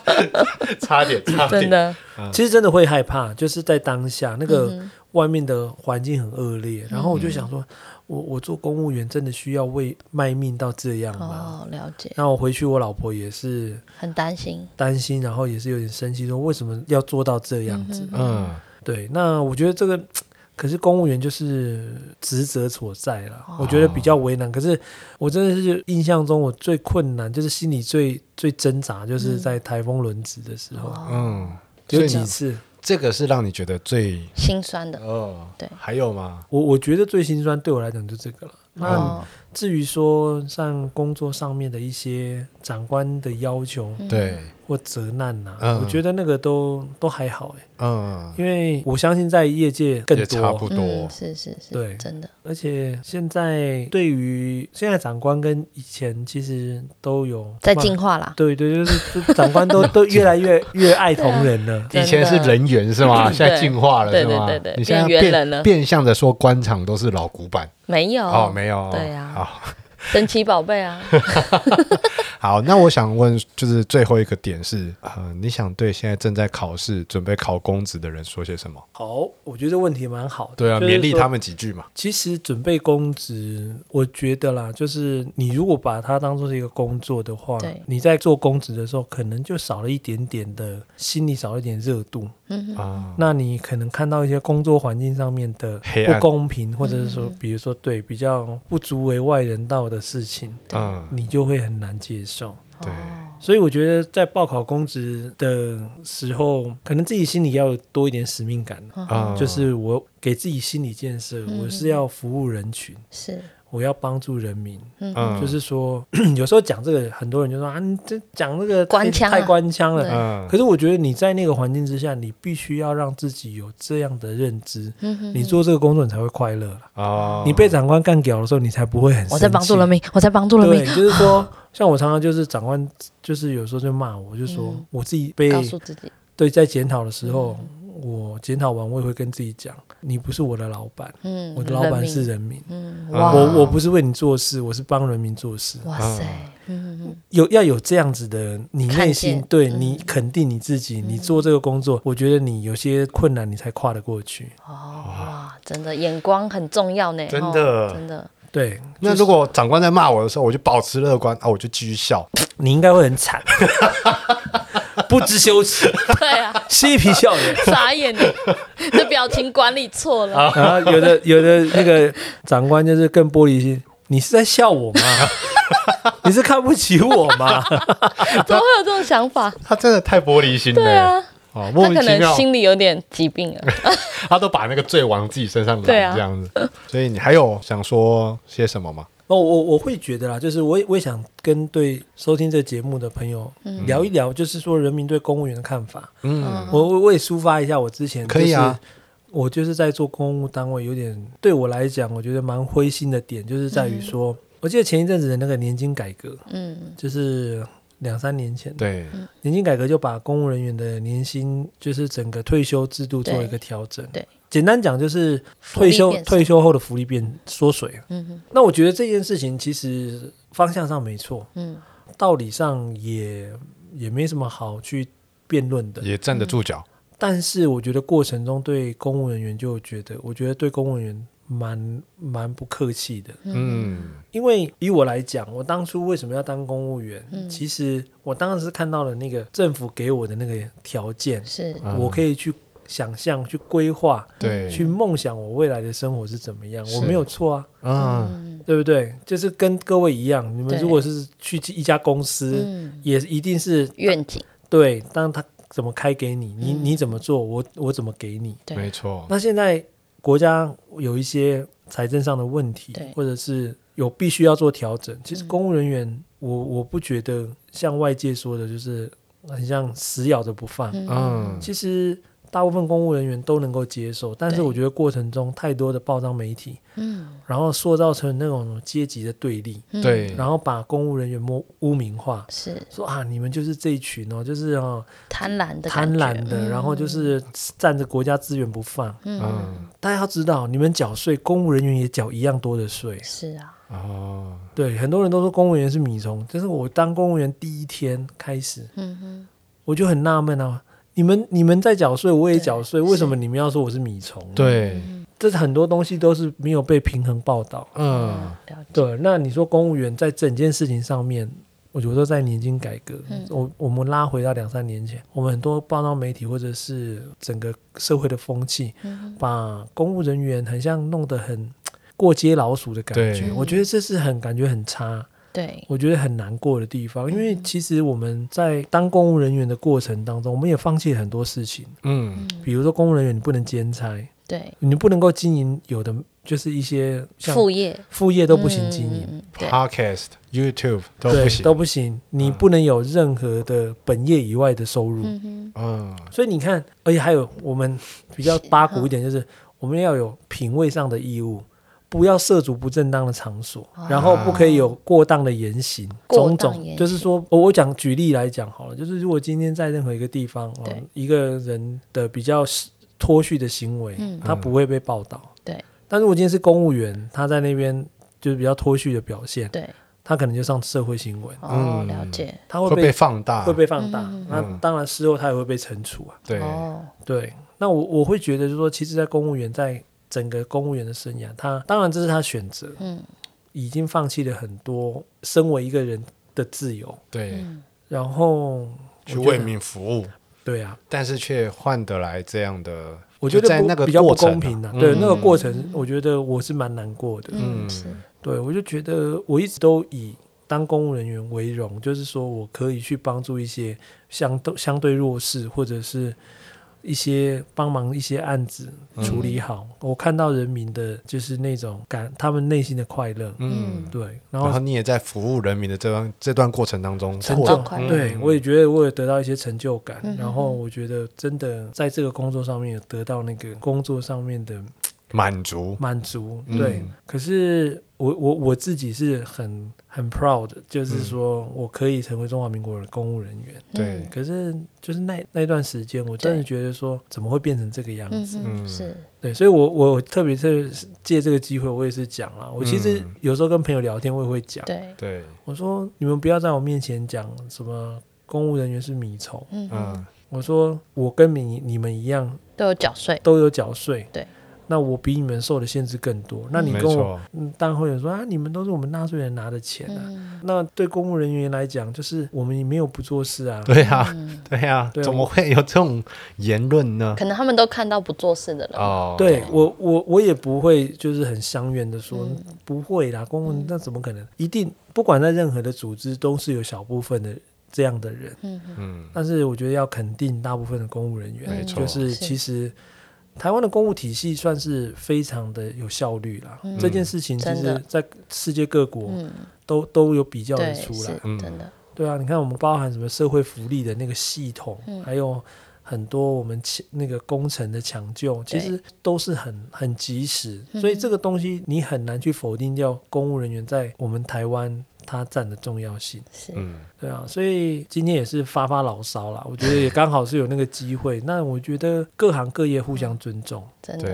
Speaker 2: 差点，差
Speaker 1: 真，的，
Speaker 3: 其实真的会害怕，就是在当下那
Speaker 1: 嗯
Speaker 3: 个外面的环境很恶劣，然后我就想说，我我做公务员真的需要为卖命到这样吗？
Speaker 1: 哦，了解，
Speaker 3: 那我回去，我老婆也是
Speaker 1: 很担心，
Speaker 3: 担心，然后也是有点生气，说为什么要做到这样子？
Speaker 2: 嗯，
Speaker 3: 对，那我觉得这个可是公务员就是职责所在啦，
Speaker 2: 哦
Speaker 3: 我觉得比较为难。可是我真的是印象中我最
Speaker 1: 哦
Speaker 3: 困难，就是心里最最挣扎，就是在台风轮值的时候。
Speaker 2: 嗯，
Speaker 3: 有
Speaker 2: 所以
Speaker 3: 几
Speaker 2: 你
Speaker 3: 次？
Speaker 2: 这个是让你觉得最
Speaker 1: 心酸的。
Speaker 2: 哦，
Speaker 1: 对
Speaker 2: 还有吗？
Speaker 3: 我我觉得最心酸对我来讲就这个了。那
Speaker 1: 哦，
Speaker 3: 至于说像工作上面的一些长官的要求
Speaker 1: 嗯
Speaker 2: 对，
Speaker 3: 或责难呐、
Speaker 2: 嗯
Speaker 3: 我觉得那个都都还好哎、
Speaker 2: 嗯，
Speaker 3: 因为我相信在业界更
Speaker 2: 也差
Speaker 3: 多，
Speaker 2: 不多
Speaker 1: 嗯，，是是是，
Speaker 3: 对
Speaker 1: 真的，
Speaker 3: 而且现在对于现在长官跟以前其实都有
Speaker 1: 在
Speaker 3: 慢
Speaker 1: 进化啦。
Speaker 3: 对对，就是就长
Speaker 1: [laughs]
Speaker 3: 官都都越来越越爱同仁了。
Speaker 1: 对
Speaker 2: 以前是人猿是吗？
Speaker 1: 嗯对
Speaker 2: 现在进化了
Speaker 1: 对
Speaker 2: 是吗？
Speaker 1: 对对对
Speaker 2: 你现在
Speaker 1: 变猿
Speaker 2: 变
Speaker 1: 人了
Speaker 2: 变相的说官场都是老古板
Speaker 1: 没有
Speaker 2: 哦，没有，
Speaker 1: 对啊
Speaker 2: 好
Speaker 1: 神奇宝贝啊，
Speaker 2: 好，那我想问，就是最后一个点是，呃，你想对现在正在考试、准备考公职的人说些什么？
Speaker 3: 好，我觉得这问题蛮好的。
Speaker 2: 对啊，
Speaker 3: 就是
Speaker 2: 勉励
Speaker 3: 说
Speaker 2: 他。们几句嘛。
Speaker 3: 其实准备公职，我觉得啦，就是你如果把它当做是一个工作的话
Speaker 1: 对，
Speaker 3: 你在做公职的时候，可能就少了一点点的心里少了一点热度。
Speaker 1: 嗯哼，
Speaker 2: 啊，
Speaker 3: 那你可能看到一些工作环境上面的
Speaker 2: 黑
Speaker 3: 不
Speaker 2: 暗
Speaker 3: 公平，或者是说
Speaker 1: 嗯，
Speaker 3: 比如说对比较不足为外人道的事情，
Speaker 2: 嗯，
Speaker 3: 你就会很难接受。
Speaker 2: 对
Speaker 1: 哦
Speaker 3: 所以我觉得在报考公职的时候，可能自己心里要有多一点使命感，
Speaker 1: 嗯
Speaker 2: 啊，
Speaker 3: 就是我给自己心理建设，
Speaker 1: 嗯
Speaker 3: 我是要服务人群，
Speaker 1: 是，
Speaker 3: 我要帮助人民。
Speaker 1: 嗯哼，
Speaker 2: 嗯，
Speaker 3: 就是说， [clears throat] 有时候讲这个，很多人就说啊，你这讲这个太
Speaker 1: 官腔啊
Speaker 3: 太官腔了。
Speaker 2: 嗯
Speaker 3: 可，是我觉得你在那个环境之下，你必须要让自己有这样的认知，
Speaker 1: 嗯哼
Speaker 3: 你，做这个工作你才会快乐啦。
Speaker 2: 哦，
Speaker 3: 你被长官干掉的时候，你才不会很
Speaker 1: 我在
Speaker 3: 生
Speaker 1: 帮助
Speaker 3: 气
Speaker 1: 人民，我在帮助人
Speaker 3: 对，
Speaker 1: 民，
Speaker 3: 就是说，像我常常就是长官，就是有时候就骂我，就说
Speaker 1: 嗯
Speaker 3: 我自己嗯被
Speaker 1: 告诉自己，嗯
Speaker 3: 对在检讨的时候，我检讨完我也会跟自己讲，你不是我的老板，
Speaker 1: 嗯，
Speaker 3: 我的老板是
Speaker 1: 民，
Speaker 3: 人民，
Speaker 1: 嗯，
Speaker 2: 啊
Speaker 1: 哇，
Speaker 3: 我我不啊是为你做事，我是帮人民做事。
Speaker 1: 哇塞，嗯嗯
Speaker 3: 有要有这样子的，你内
Speaker 1: 看
Speaker 3: 心
Speaker 1: 见
Speaker 3: 对
Speaker 1: 嗯
Speaker 3: 你肯定你自己，你做这个工作，我觉得你有些困难你才跨得过去。
Speaker 1: 嗯，哦，哇，真的眼光很重要呢，
Speaker 2: 真
Speaker 1: 哦
Speaker 2: 的
Speaker 1: 真的， [laughs]
Speaker 3: 对，
Speaker 2: 那如果长官在骂我的时候，我就保持乐观啊，我就继续笑。
Speaker 3: 你应该会很惨， [laughs] 不知羞耻， [laughs]
Speaker 1: 对啊，
Speaker 3: 嬉皮笑脸。
Speaker 1: 傻眼你，这表情管理错了，
Speaker 3: [laughs] 然后有的有的那个长官就是更玻璃心，你是在笑我 [laughs] 吗？你是看不起我吗？
Speaker 1: 怎么会有这种想法？
Speaker 2: 他真的太玻璃心了，
Speaker 1: 对啊，
Speaker 2: 哦，莫
Speaker 1: 他
Speaker 2: 名
Speaker 1: 可
Speaker 2: 其
Speaker 1: 能
Speaker 2: 妙，
Speaker 1: 心里有点疾病啊，
Speaker 2: 他都把那个罪往自己身上
Speaker 1: 对
Speaker 2: 揽，
Speaker 1: 啊
Speaker 2: 这样子。所以你还有想说些什么吗？
Speaker 3: [laughs] 哦，我我会觉得啦，就是我也我也想跟对收听这节目的朋友聊一聊，就是说人民对公务员的看法。
Speaker 2: 嗯，
Speaker 3: 我我我也抒发一下我之前、
Speaker 2: 可以啊。
Speaker 3: 我就是在做公务单位，有点对我来讲，我觉得蛮灰心的点，就是在于说，我记得前一阵子的那个年金改革，
Speaker 1: 嗯，
Speaker 3: 就是两三年前，
Speaker 2: 对，
Speaker 3: 年金改革就把公务人员的年薪，就是整个退休制度做一个调整。
Speaker 1: 对对
Speaker 3: 简单讲就是
Speaker 1: 福利
Speaker 3: 退休
Speaker 1: 变少
Speaker 3: 退休后的福利变缩水了。
Speaker 1: 嗯哼
Speaker 3: 那我觉得这件事情其实方向上没错，
Speaker 1: 嗯，
Speaker 3: 道理上也也没什么好去辩论的。
Speaker 2: 也站得住脚。
Speaker 3: 但是我觉得过程中对公务人员就觉得，我觉得对公务人员蛮蛮不客气的。
Speaker 2: 嗯，
Speaker 3: 因为以我来讲，我当初为什么要当公务员？
Speaker 1: 嗯
Speaker 3: 其实我当时是看到了那个政府给我的那个条件，
Speaker 1: 是，
Speaker 2: 嗯
Speaker 3: 我可以去想象、去规划、
Speaker 2: 对，
Speaker 3: 去梦想我未来的生活是怎么样。
Speaker 2: 是
Speaker 3: 我没有错啊，
Speaker 2: 嗯，
Speaker 1: 嗯
Speaker 3: 对不对？就是跟各位一样，你们
Speaker 1: 对
Speaker 3: 如果是去一家公司，
Speaker 1: 嗯，
Speaker 3: 也一定是
Speaker 1: 愿景，
Speaker 3: 对，当他怎么开给你，你
Speaker 1: 嗯
Speaker 3: 你怎么做，我我怎么给你。
Speaker 1: 对，
Speaker 2: 没错。
Speaker 3: 那现在国家有一些财政上的问题
Speaker 1: 对，嗯
Speaker 3: 或者是有必须要做调整。其实公务人员，我我不觉得像外界说的，就是很像死咬着不放。
Speaker 2: 嗯，
Speaker 3: 其实大部分公务人员都能够接受，但是
Speaker 1: 对
Speaker 3: 我觉得过程中太多的报章媒体，
Speaker 1: 嗯，
Speaker 3: 然后塑造成那种阶级的对立，
Speaker 1: 嗯，
Speaker 2: 对，
Speaker 3: 然后把公务人员污污名化。
Speaker 1: 是
Speaker 3: 说啊，你们就是这一群哦，就是哦
Speaker 1: 贪婪的
Speaker 3: 贪
Speaker 1: 感觉
Speaker 3: 婪的，然后就，是占着国家资源不放，
Speaker 1: 嗯嗯，
Speaker 2: 嗯，
Speaker 3: 大家要知道，你们缴税，公务人员也缴一样多的税。
Speaker 1: 是啊，
Speaker 2: 哦，
Speaker 3: 对，很多人都说公务员是米虫，但是我当公务员第一天开始，
Speaker 1: 嗯哼，
Speaker 3: 我就很纳闷啊，你们你们在缴税，我也缴税，
Speaker 1: 对
Speaker 3: 为什么你们要说我是米虫？，
Speaker 2: 对，
Speaker 3: 这很多东西都是没有被平衡报道。
Speaker 2: 嗯，
Speaker 1: 了解，
Speaker 3: 对，那你说公务员在整件事情上面，我觉得在年金改革，
Speaker 1: 嗯
Speaker 3: 我我们拉回到两三年前，我们很多报道媒体或者是整个社会的风气，
Speaker 1: 嗯
Speaker 3: 把公务人员很像弄得很过街老鼠的感
Speaker 2: 对
Speaker 3: 觉，我觉得这是很感觉很差。
Speaker 1: 对，
Speaker 3: 我觉得很难过的地方，因为其实我们在当公务人员的过程当中，我们也放弃了很多事情，
Speaker 2: 嗯，
Speaker 3: 比如说公务人员你不能兼差，
Speaker 1: 对，
Speaker 3: 你不能够经营有的就是一些像
Speaker 1: 副业
Speaker 3: 副业都不行经营，
Speaker 1: 嗯嗯嗯对
Speaker 2: Podcast、YouTube 都
Speaker 3: 对
Speaker 2: 不行，嗯
Speaker 3: 都不行，你不能有任何的本业以外的收入。
Speaker 1: 嗯哼，
Speaker 2: 嗯，
Speaker 3: 所以你看，而且还有我们比较八股一点，就是我们要有品味上的义务，不要涉足不正当的场所，然后不可以有过当的言行，
Speaker 1: 哦过
Speaker 3: 种
Speaker 1: 当
Speaker 3: 种
Speaker 1: 言行
Speaker 3: 就是说，我我讲举例来讲好了，就是如果今天在任何一个地方，哦
Speaker 1: 对
Speaker 3: 一个人的比较脱序的行为，
Speaker 1: 嗯
Speaker 3: 他不会被报道。
Speaker 1: 对，
Speaker 3: 但如果今天是公务员，他在那边就是比较脱序的表现，
Speaker 1: 对，
Speaker 3: 他可能就上社会新闻，
Speaker 1: 哦，
Speaker 2: 嗯
Speaker 1: 了解，
Speaker 3: 他会
Speaker 2: 会
Speaker 3: 被
Speaker 2: 被放大，
Speaker 3: 会被放大
Speaker 1: 嗯，
Speaker 3: 那当然事后他也会被惩处啊。
Speaker 2: 对，
Speaker 1: 哦，
Speaker 3: 对，那我我会觉得就是说，其实，在公务员在整个公务员的生涯，他当然这是他选择，
Speaker 1: 嗯
Speaker 3: 已经放弃了很多身为一个人的自由，
Speaker 2: 对，
Speaker 1: 嗯，
Speaker 3: 然后
Speaker 2: 去
Speaker 3: 我觉
Speaker 2: 为
Speaker 3: 得
Speaker 2: 民服务，
Speaker 3: 对啊，
Speaker 2: 但是却换得来这样的，
Speaker 3: 我觉得
Speaker 2: 就在
Speaker 3: 不
Speaker 2: 那个
Speaker 3: 比较不
Speaker 2: 过程啊
Speaker 3: 公平的、
Speaker 2: 嗯
Speaker 3: 对那个过程，我觉得我是蛮难过的。
Speaker 1: 嗯
Speaker 2: 嗯
Speaker 1: 是，
Speaker 3: 对我就觉得我一直都以当公务人员为荣，就是说我可以去帮助一些相对相对弱势或者是。一些帮忙一些案子处理好，我看到人民的就是那种感，他们内心的快乐，
Speaker 2: 嗯，
Speaker 1: 嗯
Speaker 3: 对，然
Speaker 2: 然后
Speaker 3: 后
Speaker 2: 你也在服务人民的这段这段过程当中
Speaker 3: 成
Speaker 2: 获
Speaker 3: 就
Speaker 2: 得
Speaker 1: 快乐
Speaker 3: 对我也觉得我有得到一些成就感，
Speaker 1: 嗯
Speaker 3: 然后我觉得真的在这个工作上面有得到那个工作上面的
Speaker 2: 满足，
Speaker 3: 满足，
Speaker 2: 嗯
Speaker 3: 对。可是我我我自己是很很 proud，的
Speaker 1: 嗯
Speaker 3: 就是说我可以成为中华民国的公务人员。
Speaker 2: 对
Speaker 1: 嗯
Speaker 3: 可是就是那那段时间，我真的
Speaker 1: 对
Speaker 3: 觉得说怎么会变成这个样
Speaker 1: 嗯
Speaker 3: 子？
Speaker 1: 哼，
Speaker 2: 嗯
Speaker 1: 是，
Speaker 3: 对，所以我我特别特别借这个机会，我也是讲啦，我其实
Speaker 2: 嗯
Speaker 3: 有时候跟朋友聊天，我也会讲，
Speaker 1: 对，
Speaker 2: 对，
Speaker 3: 我说你们不要在我面前讲什么公务人员是米虫，
Speaker 1: 嗯哼，
Speaker 2: 嗯，
Speaker 3: 我说我跟你你们一样
Speaker 1: 都有缴税，
Speaker 3: 都有缴税，
Speaker 1: 对，
Speaker 3: 那我比你们受的限制更多，那你
Speaker 2: 没
Speaker 3: 跟我，
Speaker 2: 错，
Speaker 3: 嗯，当然会有人说啊，你们都是我们纳税人拿的钱啊，
Speaker 1: 嗯
Speaker 3: 那对公务人员来讲，就是我们也没有不做事啊，
Speaker 2: 对啊，
Speaker 1: 嗯，
Speaker 2: 对啊，
Speaker 3: 对啊
Speaker 2: 怎么会有这种言论呢？
Speaker 1: 可能他们都看到不做事的
Speaker 3: 啊
Speaker 1: 嗯人，
Speaker 2: 哦，
Speaker 3: 对我我我也不会就是很相怨的说、
Speaker 1: 嗯
Speaker 3: 不会啦，公务那怎么可能？一定不管在任何的组织，都是有小部分的这样的人。
Speaker 1: 嗯哼，
Speaker 2: 嗯，
Speaker 3: 但是我觉得要肯定大部分的公务人员，
Speaker 1: 没错
Speaker 3: 就是
Speaker 1: 嗯是
Speaker 3: 其实台湾的公务体系算是非常的有效率啦。
Speaker 1: 嗯
Speaker 3: 这件事情其
Speaker 1: 真
Speaker 3: 实
Speaker 1: 的
Speaker 3: 在世界各国
Speaker 1: 嗯，
Speaker 3: 都、都有比较
Speaker 1: 对，
Speaker 3: 的出来
Speaker 1: 是，
Speaker 2: 嗯
Speaker 1: 真的，
Speaker 3: 对啊，你看我们包含什么社会福利的那个系统，
Speaker 1: 嗯
Speaker 3: 还有很多我们抢那个工程的抢救，其
Speaker 1: 对
Speaker 3: 实都是很很及时，
Speaker 1: 嗯
Speaker 3: 所以这个东西你很难去否定掉公务人员在我们台湾他占的重要性。
Speaker 1: 是，
Speaker 2: 嗯，
Speaker 3: 对啊，所以今天也是发发牢骚啦，我觉得也刚好是有那个机会。 [laughs] 那我觉得各行各业互相尊重。
Speaker 1: 真的，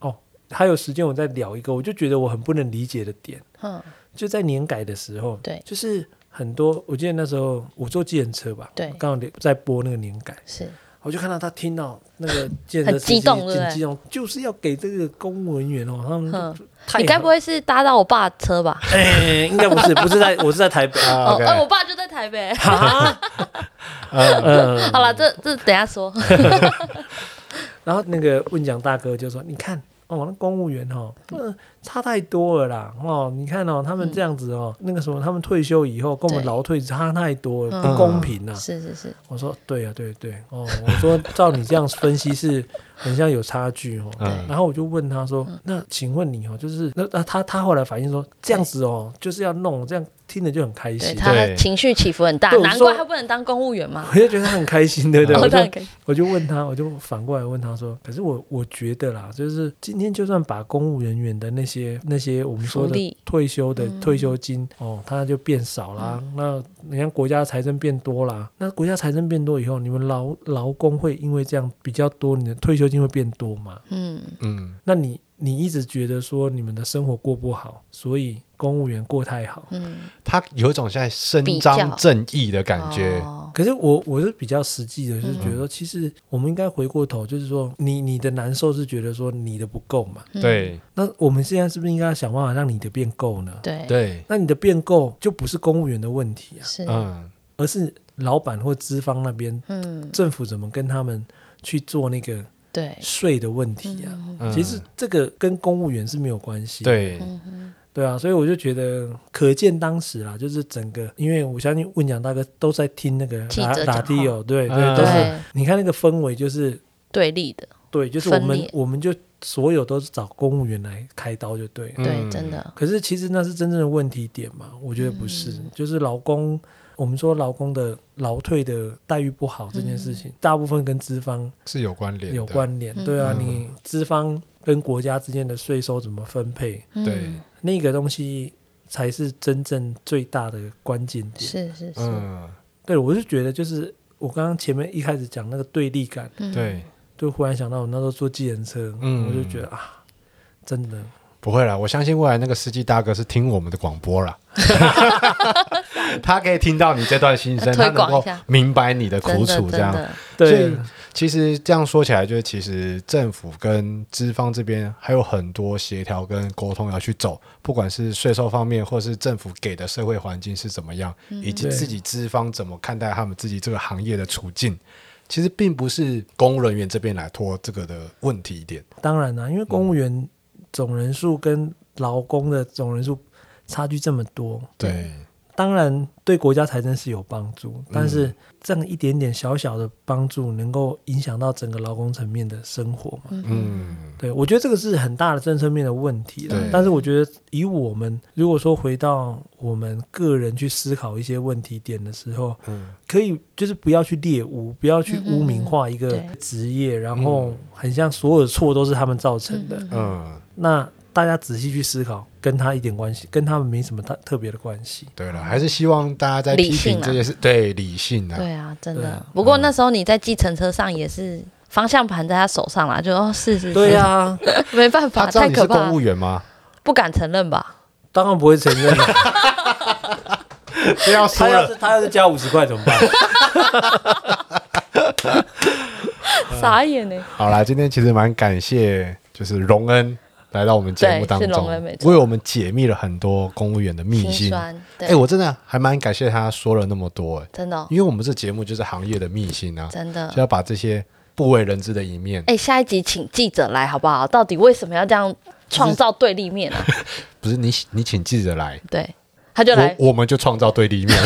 Speaker 2: 对，
Speaker 3: 还有时间我再聊一个，我就觉得我很不能理解的点，
Speaker 1: 嗯，
Speaker 3: 就在年改的时候，
Speaker 1: 对
Speaker 3: 就是很多，我记得那时候我坐计程车吧，
Speaker 1: 对
Speaker 3: 刚好在播那个年改，
Speaker 1: 是，
Speaker 3: 我就看到他听到那个计程车司机
Speaker 1: 很激动对不对
Speaker 3: 很激动，就是要给这个公务人员哦，他们
Speaker 1: 嗯，
Speaker 3: 太
Speaker 1: 你该不会是搭到我爸的车吧？
Speaker 3: 哎，应该不
Speaker 1: [laughs]
Speaker 3: 是，不是在，我是在台北，
Speaker 1: 哦，
Speaker 2: 啊
Speaker 1: 哎，我爸就在台北。
Speaker 3: 哈，
Speaker 1: [laughs]
Speaker 3: 嗯。
Speaker 1: 好了，这这等一下说。
Speaker 3: 然后那个问讲大哥就说：“你看哦，那公务员哦，不能差太多了啦哦，你看哦，他们这样子哦，那个什么，他们退休以后跟我们
Speaker 1: 嗯对
Speaker 3: 劳退差太多
Speaker 1: 嗯
Speaker 3: 了，不公平啊。
Speaker 1: 是是是，
Speaker 3: 我说：“对啊，对对哦。”我说：“照你这样分析是很像有差距哦。”
Speaker 2: 嗯
Speaker 3: 然后我就问他说：“
Speaker 1: 嗯
Speaker 3: 那请问你哦，就是那那他他后来反映说这样子哦，就是要弄这样，听着就很开
Speaker 1: 对
Speaker 3: 心。”
Speaker 1: 他
Speaker 2: 对
Speaker 1: 情绪起伏很大，
Speaker 3: 对我
Speaker 1: 难
Speaker 3: 说
Speaker 1: 怪他不能当公务员嘛。
Speaker 3: 我就觉得他很开心，
Speaker 1: [laughs]
Speaker 3: 对不对？
Speaker 1: 哦
Speaker 3: 我
Speaker 1: 他
Speaker 3: 就
Speaker 1: 很开心
Speaker 3: 我就问他，我就反过来问他说：“可是我我觉得啦，就是今天就算把公务人员的那些那些我们说
Speaker 1: 福
Speaker 3: 的
Speaker 1: 利嗯
Speaker 3: 退休的退休金、哦，它就变少啦。那你看国家财政变多啦，那国家财政变多以后，你们劳劳工会因为这样比较多，你的退休金会变多嘛？
Speaker 1: 嗯，
Speaker 2: 嗯，
Speaker 3: 那你你一直觉得说你们的生活过不好，所以公务员过太好。
Speaker 1: 嗯，
Speaker 2: 他有一种现在伸
Speaker 1: 比
Speaker 2: 张
Speaker 1: 较
Speaker 2: 正义的感觉，
Speaker 1: 哦
Speaker 3: 可是我我是比较实际的，就是觉
Speaker 1: 嗯
Speaker 3: 得说，其实我们应该回过头，就是说，你你的难受是觉得说你的不够嘛？
Speaker 1: 嗯
Speaker 2: 对
Speaker 3: 那我们现在是不是应该想办法让你的变够呢？
Speaker 1: 对
Speaker 2: 对，
Speaker 3: 那你的变够就不是公务员的问题啊，
Speaker 1: 是
Speaker 2: 嗯，
Speaker 3: 而是老板或资方那边
Speaker 1: 嗯
Speaker 3: 政府怎么跟他们去做那个
Speaker 1: 对
Speaker 3: 税的问题啊。
Speaker 1: 嗯
Speaker 2: 嗯
Speaker 3: 其实这个跟公务员是没有关系。
Speaker 2: 对，
Speaker 1: 嗯哼
Speaker 3: 对啊，所以我就觉得可见当时啦，就是整个，因为我相信问讲大哥都在听那个
Speaker 1: 记
Speaker 3: 拉
Speaker 1: 者讲
Speaker 3: 拉
Speaker 1: 话
Speaker 3: 蒂哦，
Speaker 2: 嗯
Speaker 3: 对对，都是
Speaker 1: 对
Speaker 3: 你看那个氛围就是
Speaker 1: 对立的，
Speaker 3: 对，就是我
Speaker 1: 分
Speaker 3: 们
Speaker 1: 裂
Speaker 3: 我们就所有都是找公务员来开刀就对了，
Speaker 1: 对，
Speaker 2: 嗯
Speaker 1: 真的，
Speaker 3: 可是其实那是真正的问题点嘛？我觉得不是，
Speaker 1: 嗯
Speaker 3: 就是劳工，我们说劳工的劳退的待遇不好这件事情，大部分跟资方
Speaker 2: 是有关联的，
Speaker 3: 有关联。
Speaker 1: 嗯
Speaker 3: 对啊，
Speaker 2: 嗯
Speaker 3: 你资方跟国家之间的税收怎么分配，
Speaker 1: 嗯
Speaker 2: 对，
Speaker 3: 那个东西才是真正最大的关键点。
Speaker 1: 是是是，
Speaker 2: 嗯，
Speaker 3: 对，我是觉得就是我刚刚前面一开始讲那个对立感，
Speaker 1: 嗯，
Speaker 2: 对，
Speaker 3: 就忽然想到我那时候坐计程车，
Speaker 2: 嗯
Speaker 3: 我就觉得啊，真的
Speaker 2: 不会啦，我相信未来那个司机大哥是听我们的广播
Speaker 1: [laughs]
Speaker 2: 啦。他可以听到你这段心声，他
Speaker 1: 推广
Speaker 2: 能
Speaker 1: 一
Speaker 2: 够
Speaker 1: 下
Speaker 2: 明白你的
Speaker 1: 真
Speaker 2: 苦
Speaker 1: 的
Speaker 2: 楚，这
Speaker 1: 真
Speaker 2: 样。
Speaker 1: 的，
Speaker 3: 对
Speaker 2: 所以其实这样说起来，就是其实政府跟资方这边还有很多协调跟沟通要去走，不管是税收方面，或是政府给的社会环境是怎么样，
Speaker 1: 嗯
Speaker 2: 以及
Speaker 3: 对
Speaker 2: 自己资方怎么看待他们自己这个行业的处境。其实并不是公务人员这边来拖这个的问题点，
Speaker 3: 当然啦、啊
Speaker 2: 嗯
Speaker 3: 因为公务员总人数跟劳工的总人数差距这么多，
Speaker 2: 对，
Speaker 3: 当然对国家财政是有帮助，但
Speaker 2: 嗯
Speaker 3: 是这样一点点小小的帮助，能够影响到整个劳工层面的生活嘛？
Speaker 2: 嗯，
Speaker 3: 对，我觉得这个是很大的政策面的问题啦
Speaker 2: 对。
Speaker 3: 但是我觉得，以我们如果说回到我们个人去思考一些问题点的时候，
Speaker 2: 嗯
Speaker 3: 可以就是不要去猎污，不要去污名化一
Speaker 1: 嗯
Speaker 3: 个
Speaker 1: 嗯对
Speaker 3: 职业，然后很像所有的错都是他们造成的。
Speaker 2: 嗯，
Speaker 3: 那大家仔细去思考，跟他一点关系，跟他们没什么特特别的关系。
Speaker 2: 对了，还是希望大家在批
Speaker 1: 理性
Speaker 2: 评
Speaker 1: 啊
Speaker 2: 这件事，对理性啊，
Speaker 1: 对啊，真
Speaker 3: 对
Speaker 1: 的
Speaker 3: 啊。
Speaker 1: 不过那时候你在计程车上也是方向盘在他手上啦，就哦是是，
Speaker 3: [laughs] 对
Speaker 1: 是，
Speaker 3: 啊，
Speaker 1: [laughs] 没办法，
Speaker 2: 他知道
Speaker 1: 太
Speaker 2: 你是
Speaker 1: 可
Speaker 2: 公
Speaker 1: 怕
Speaker 2: 务，员吗？
Speaker 1: 不敢承认吧？
Speaker 3: 当然不会承认。啊
Speaker 2: 不要说
Speaker 1: [laughs]
Speaker 3: [laughs] 他要
Speaker 2: 了，
Speaker 3: 是他要是加五十块怎么办？
Speaker 2: 嗯
Speaker 1: 傻眼欸呢。
Speaker 2: 好啦，今天其实蛮感谢，就是荣恩来到我们节目当
Speaker 1: 对是
Speaker 2: 中
Speaker 1: 荣恩没，错
Speaker 2: 为我们解密了很多公务员的秘
Speaker 1: 心
Speaker 2: 辛。
Speaker 1: 酸，
Speaker 2: 哎、
Speaker 1: 对，
Speaker 2: 我真的还蛮感谢他说了那么多、哎，
Speaker 1: 真的哦
Speaker 2: 因为我们这节目就是行业的秘辛啊，
Speaker 1: 真的
Speaker 2: 就。要把这些不为人知的一面，
Speaker 1: 哎，下一集请记者来好不好？到底为什么要这样创造对立面
Speaker 2: [laughs]
Speaker 1: 啊？
Speaker 2: 不是你你请记者来，
Speaker 1: 对，他就来，
Speaker 2: 我我们就创造对立面，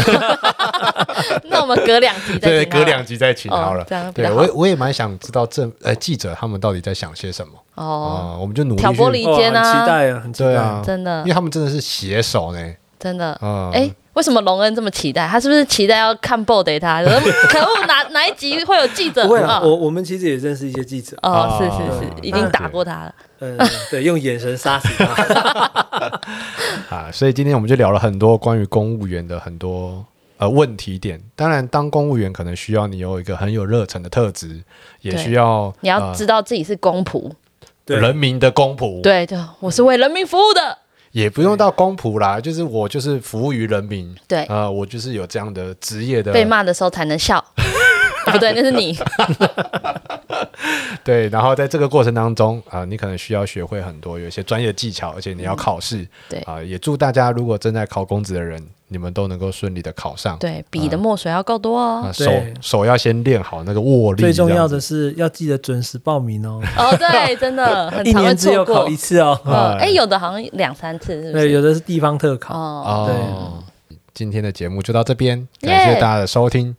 Speaker 1: 那我们隔两集再
Speaker 2: 对，
Speaker 1: 请他
Speaker 2: 隔两集再请
Speaker 1: 哦
Speaker 2: 好了。
Speaker 1: 这样比
Speaker 2: 对
Speaker 1: 较
Speaker 2: 我
Speaker 1: 好
Speaker 2: 也我也蛮想知道政呃记者他们到底在想些什么啊、
Speaker 1: 哦，
Speaker 2: 我们就努力
Speaker 1: 挑拨
Speaker 2: 去
Speaker 1: 离间
Speaker 3: 哇很期
Speaker 1: 啊，
Speaker 3: 待啊，很期
Speaker 2: 对
Speaker 3: 待。
Speaker 2: 啊，
Speaker 1: 真
Speaker 2: [laughs]
Speaker 1: 的
Speaker 2: 因为他们真的是携手呢，
Speaker 1: 真的。
Speaker 2: 嗯，
Speaker 1: 哎，为什么隆恩这么期待？他是不是期待要看 b o d 他？可恶，哪 [laughs] 哪一集会有记者？
Speaker 3: 不会啊，
Speaker 1: 哦
Speaker 3: 我我们其实也认识一些记者，
Speaker 1: 哦，是
Speaker 2: 啊
Speaker 1: 是是，已经打过他了。 [laughs]
Speaker 3: 嗯，对，用眼神杀死他。
Speaker 2: 啊，所以今天我们就聊了很多关于公务员的很多呃问题点。当然，当公务员可能需要你有一个很有热忱的特质，也
Speaker 1: 对
Speaker 2: 需要
Speaker 1: 你要知道自己是公仆，
Speaker 2: 呃、
Speaker 3: 对，
Speaker 2: 人民的公仆，，
Speaker 1: 对对，我是为人民服务的。
Speaker 2: 也不用到公仆啦，就是我就是服务于人民，
Speaker 1: 对
Speaker 2: 呃，我就是有这样的职业的
Speaker 1: 被骂的时候才能
Speaker 2: [laughs]
Speaker 1: 笑，啊不对，那是你。
Speaker 2: 对，然后在这个过程当中啊、你可能需要学会很多有一些专业技巧，而且你要考试，
Speaker 1: 嗯对
Speaker 2: 啊、也祝大家如果正在考公职的人，你们都能够顺利的考上，
Speaker 1: 对，笔的墨水要够多
Speaker 2: 啊、
Speaker 1: 哦。
Speaker 2: 手
Speaker 3: 对
Speaker 2: 手要先练好那个握力，
Speaker 3: 最重要
Speaker 2: 这样子
Speaker 3: 的是要记得准时报名哦，
Speaker 1: 哦，
Speaker 3: [laughs]
Speaker 1: 对，真的很
Speaker 3: 一
Speaker 1: 常会
Speaker 3: 年只
Speaker 1: 错
Speaker 3: 有
Speaker 1: 过
Speaker 3: 考一。次哦。
Speaker 1: 嗯，哎，有的好像两三次，是不
Speaker 3: 对，
Speaker 1: 是？
Speaker 3: 有的是地方特考。
Speaker 1: 哦，
Speaker 2: 哦，今天的节目就到这边，
Speaker 1: 耶
Speaker 2: 感谢大家的收听，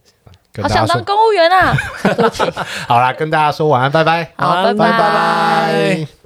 Speaker 2: 跟
Speaker 1: 好
Speaker 2: 大家
Speaker 1: 哦想当
Speaker 2: 说 [laughs]
Speaker 1: 公务员啊！对不起，
Speaker 2: 好啦，跟大家说晚安，拜拜。
Speaker 1: 好，
Speaker 3: 好
Speaker 1: 拜
Speaker 3: 拜
Speaker 2: 拜拜